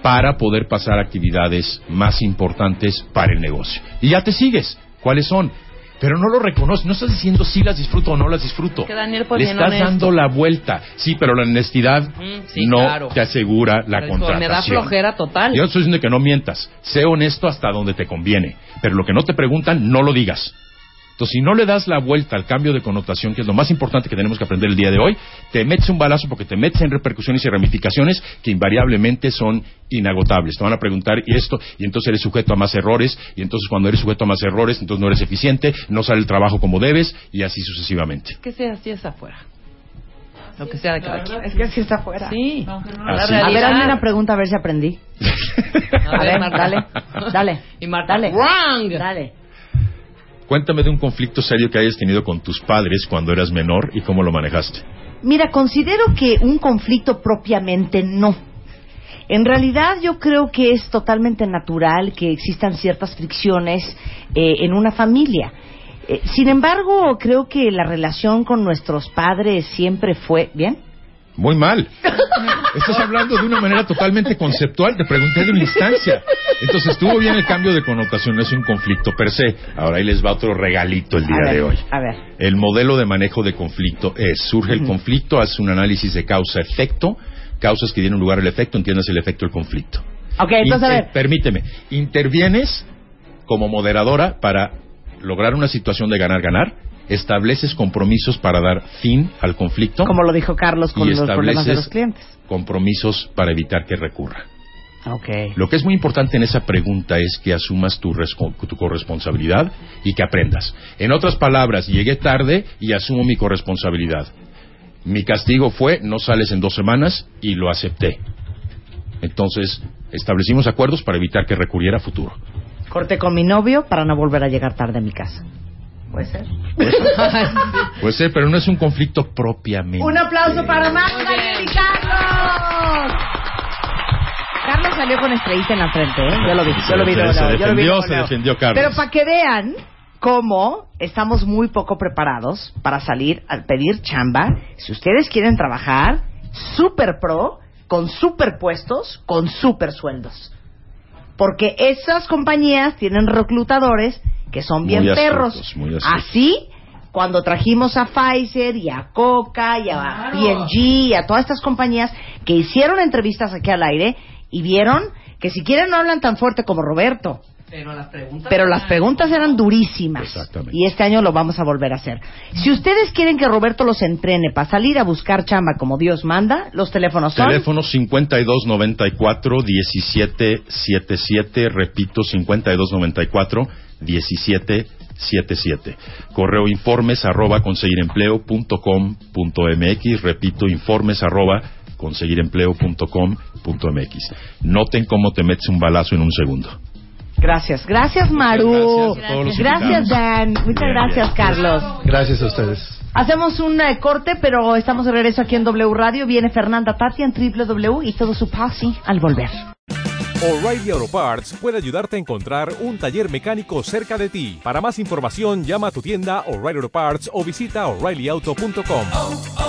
[SPEAKER 5] para poder pasar a actividades más importantes para el negocio. Y ya te sigues, ¿cuáles son? Pero no lo reconoces, no estás diciendo si las disfruto o no las disfruto.
[SPEAKER 3] Que Daniel fue
[SPEAKER 5] Le
[SPEAKER 3] bien
[SPEAKER 5] estás
[SPEAKER 3] honesto.
[SPEAKER 5] dando la vuelta. Sí, pero la honestidad
[SPEAKER 3] Mm, sí,
[SPEAKER 5] no
[SPEAKER 3] claro.
[SPEAKER 5] te asegura la
[SPEAKER 3] Pero dijo,
[SPEAKER 5] contratación.
[SPEAKER 3] Me da flojera total.
[SPEAKER 5] Yo estoy diciendo que no mientas. Sé honesto hasta donde te conviene. Pero lo que no te preguntan, no lo digas. Entonces, si no le das la vuelta al cambio de connotación, que es lo más importante que tenemos que aprender el día de hoy, te metes un balazo porque te metes en repercusiones y ramificaciones que invariablemente son inagotables. Te van a preguntar, y esto, y entonces eres sujeto a más errores, y entonces cuando eres sujeto a más errores, entonces no eres eficiente, no sale el trabajo como debes, y así sucesivamente.
[SPEAKER 3] Que sea así es afuera. Lo que sea de cada quien.
[SPEAKER 2] Es que sí está fuera.
[SPEAKER 3] Sí.
[SPEAKER 5] Así.
[SPEAKER 2] A ver,
[SPEAKER 3] realidad.
[SPEAKER 2] hazme una pregunta a ver si aprendí. A ver,
[SPEAKER 3] Marta.
[SPEAKER 2] dale, dale.
[SPEAKER 3] Y Marta,
[SPEAKER 2] Dale.
[SPEAKER 3] wrong.
[SPEAKER 2] Dale.
[SPEAKER 5] Cuéntame de un conflicto serio que hayas tenido con tus padres cuando eras menor y cómo lo manejaste.
[SPEAKER 2] Mira, considero que un conflicto propiamente no. En realidad yo creo que es totalmente natural que existan ciertas fricciones eh, en una familia. Eh, sin embargo, creo que la relación con nuestros padres siempre fue bien.
[SPEAKER 5] Muy mal. Estás hablando de una manera totalmente conceptual. Te pregunté de una instancia. Entonces estuvo bien el cambio de connotación. No es un conflicto per se. Ahora ahí les va otro regalito el
[SPEAKER 2] a
[SPEAKER 5] día
[SPEAKER 2] ver,
[SPEAKER 5] de hoy.
[SPEAKER 2] A ver.
[SPEAKER 5] El modelo de manejo de conflicto es, surge el conflicto, hace un análisis de causa-efecto, causas que tienen lugar al efecto, entiendes el efecto del conflicto.
[SPEAKER 2] Ok, entonces a
[SPEAKER 5] Inter-
[SPEAKER 2] ver.
[SPEAKER 5] Permíteme, intervienes como moderadora para lograr una situación de ganar-ganar, estableces compromisos para dar fin al conflicto
[SPEAKER 2] Como lo dijo Carlos con
[SPEAKER 5] y
[SPEAKER 2] los problemas de los
[SPEAKER 5] estableces
[SPEAKER 2] clientes.
[SPEAKER 5] compromisos para evitar que recurra.
[SPEAKER 2] Ok.
[SPEAKER 5] Lo que es muy importante en esa pregunta es que asumas tu, resco- tu corresponsabilidad y que aprendas. En otras palabras, llegué tarde y asumo mi corresponsabilidad. Mi castigo fue no sales en dos semanas y lo acepté. Entonces, establecimos acuerdos para evitar que recurriera a futuro.
[SPEAKER 2] Corté con mi novio para no volver a llegar tarde a mi casa. Puede ser.
[SPEAKER 5] Pues sí, pero no es un conflicto propiamente.
[SPEAKER 2] Un aplauso para Magda y Carlos. Carlos salió con estrellita en la frente, ¿eh? Yo lo vi, yo lo vi.
[SPEAKER 5] Se
[SPEAKER 2] luego, luego, yo lo vi
[SPEAKER 5] defendió,
[SPEAKER 2] luego,
[SPEAKER 5] se
[SPEAKER 2] luego.
[SPEAKER 5] defendió Carlos.
[SPEAKER 2] Pero para que vean cómo estamos muy poco preparados para salir al pedir chamba, si ustedes quieren trabajar, super pro, con super puestos, con super sueldos. Porque esas compañías tienen reclutadores que son bien
[SPEAKER 5] Muy astutos,
[SPEAKER 2] perros.
[SPEAKER 5] muy astutos.
[SPEAKER 2] Así, cuando trajimos a Pfizer y a Coca y a P&G y a todas estas compañías que hicieron entrevistas aquí al aire y vieron que si quieren no hablan tan fuerte como Roberto.
[SPEAKER 4] Pero las preguntas.
[SPEAKER 2] Pero las preguntas eran durísimas.
[SPEAKER 5] Exactamente.
[SPEAKER 2] Y este año lo vamos a volver a hacer. Si ustedes quieren que Roberto los entrene para salir a buscar chamba como Dios manda, los teléfonos son.
[SPEAKER 5] Teléfono 5294-1777, repito, 5294-1777. Correo informes arroba conseguirempleo.com.mx, repito, informes arroba conseguirempleo.com.mx. Noten cómo te metes un balazo en un segundo.
[SPEAKER 2] Gracias, gracias Maru.
[SPEAKER 5] gracias a todos los
[SPEAKER 2] Gracias
[SPEAKER 5] invitados.
[SPEAKER 2] Dan. Muchas
[SPEAKER 5] Bien,
[SPEAKER 2] gracias Carlos.
[SPEAKER 6] Gracias a ustedes.
[SPEAKER 2] Hacemos un eh, corte, pero estamos de regreso aquí en W Radio. Viene Fernanda Tapia en W y todo su pase al volver.
[SPEAKER 1] O'Reilly Auto Parts puede ayudarte a encontrar un taller mecánico cerca de ti. Para más información, llama a tu tienda O'Reilly Auto Parts o visita oreillyauto.com.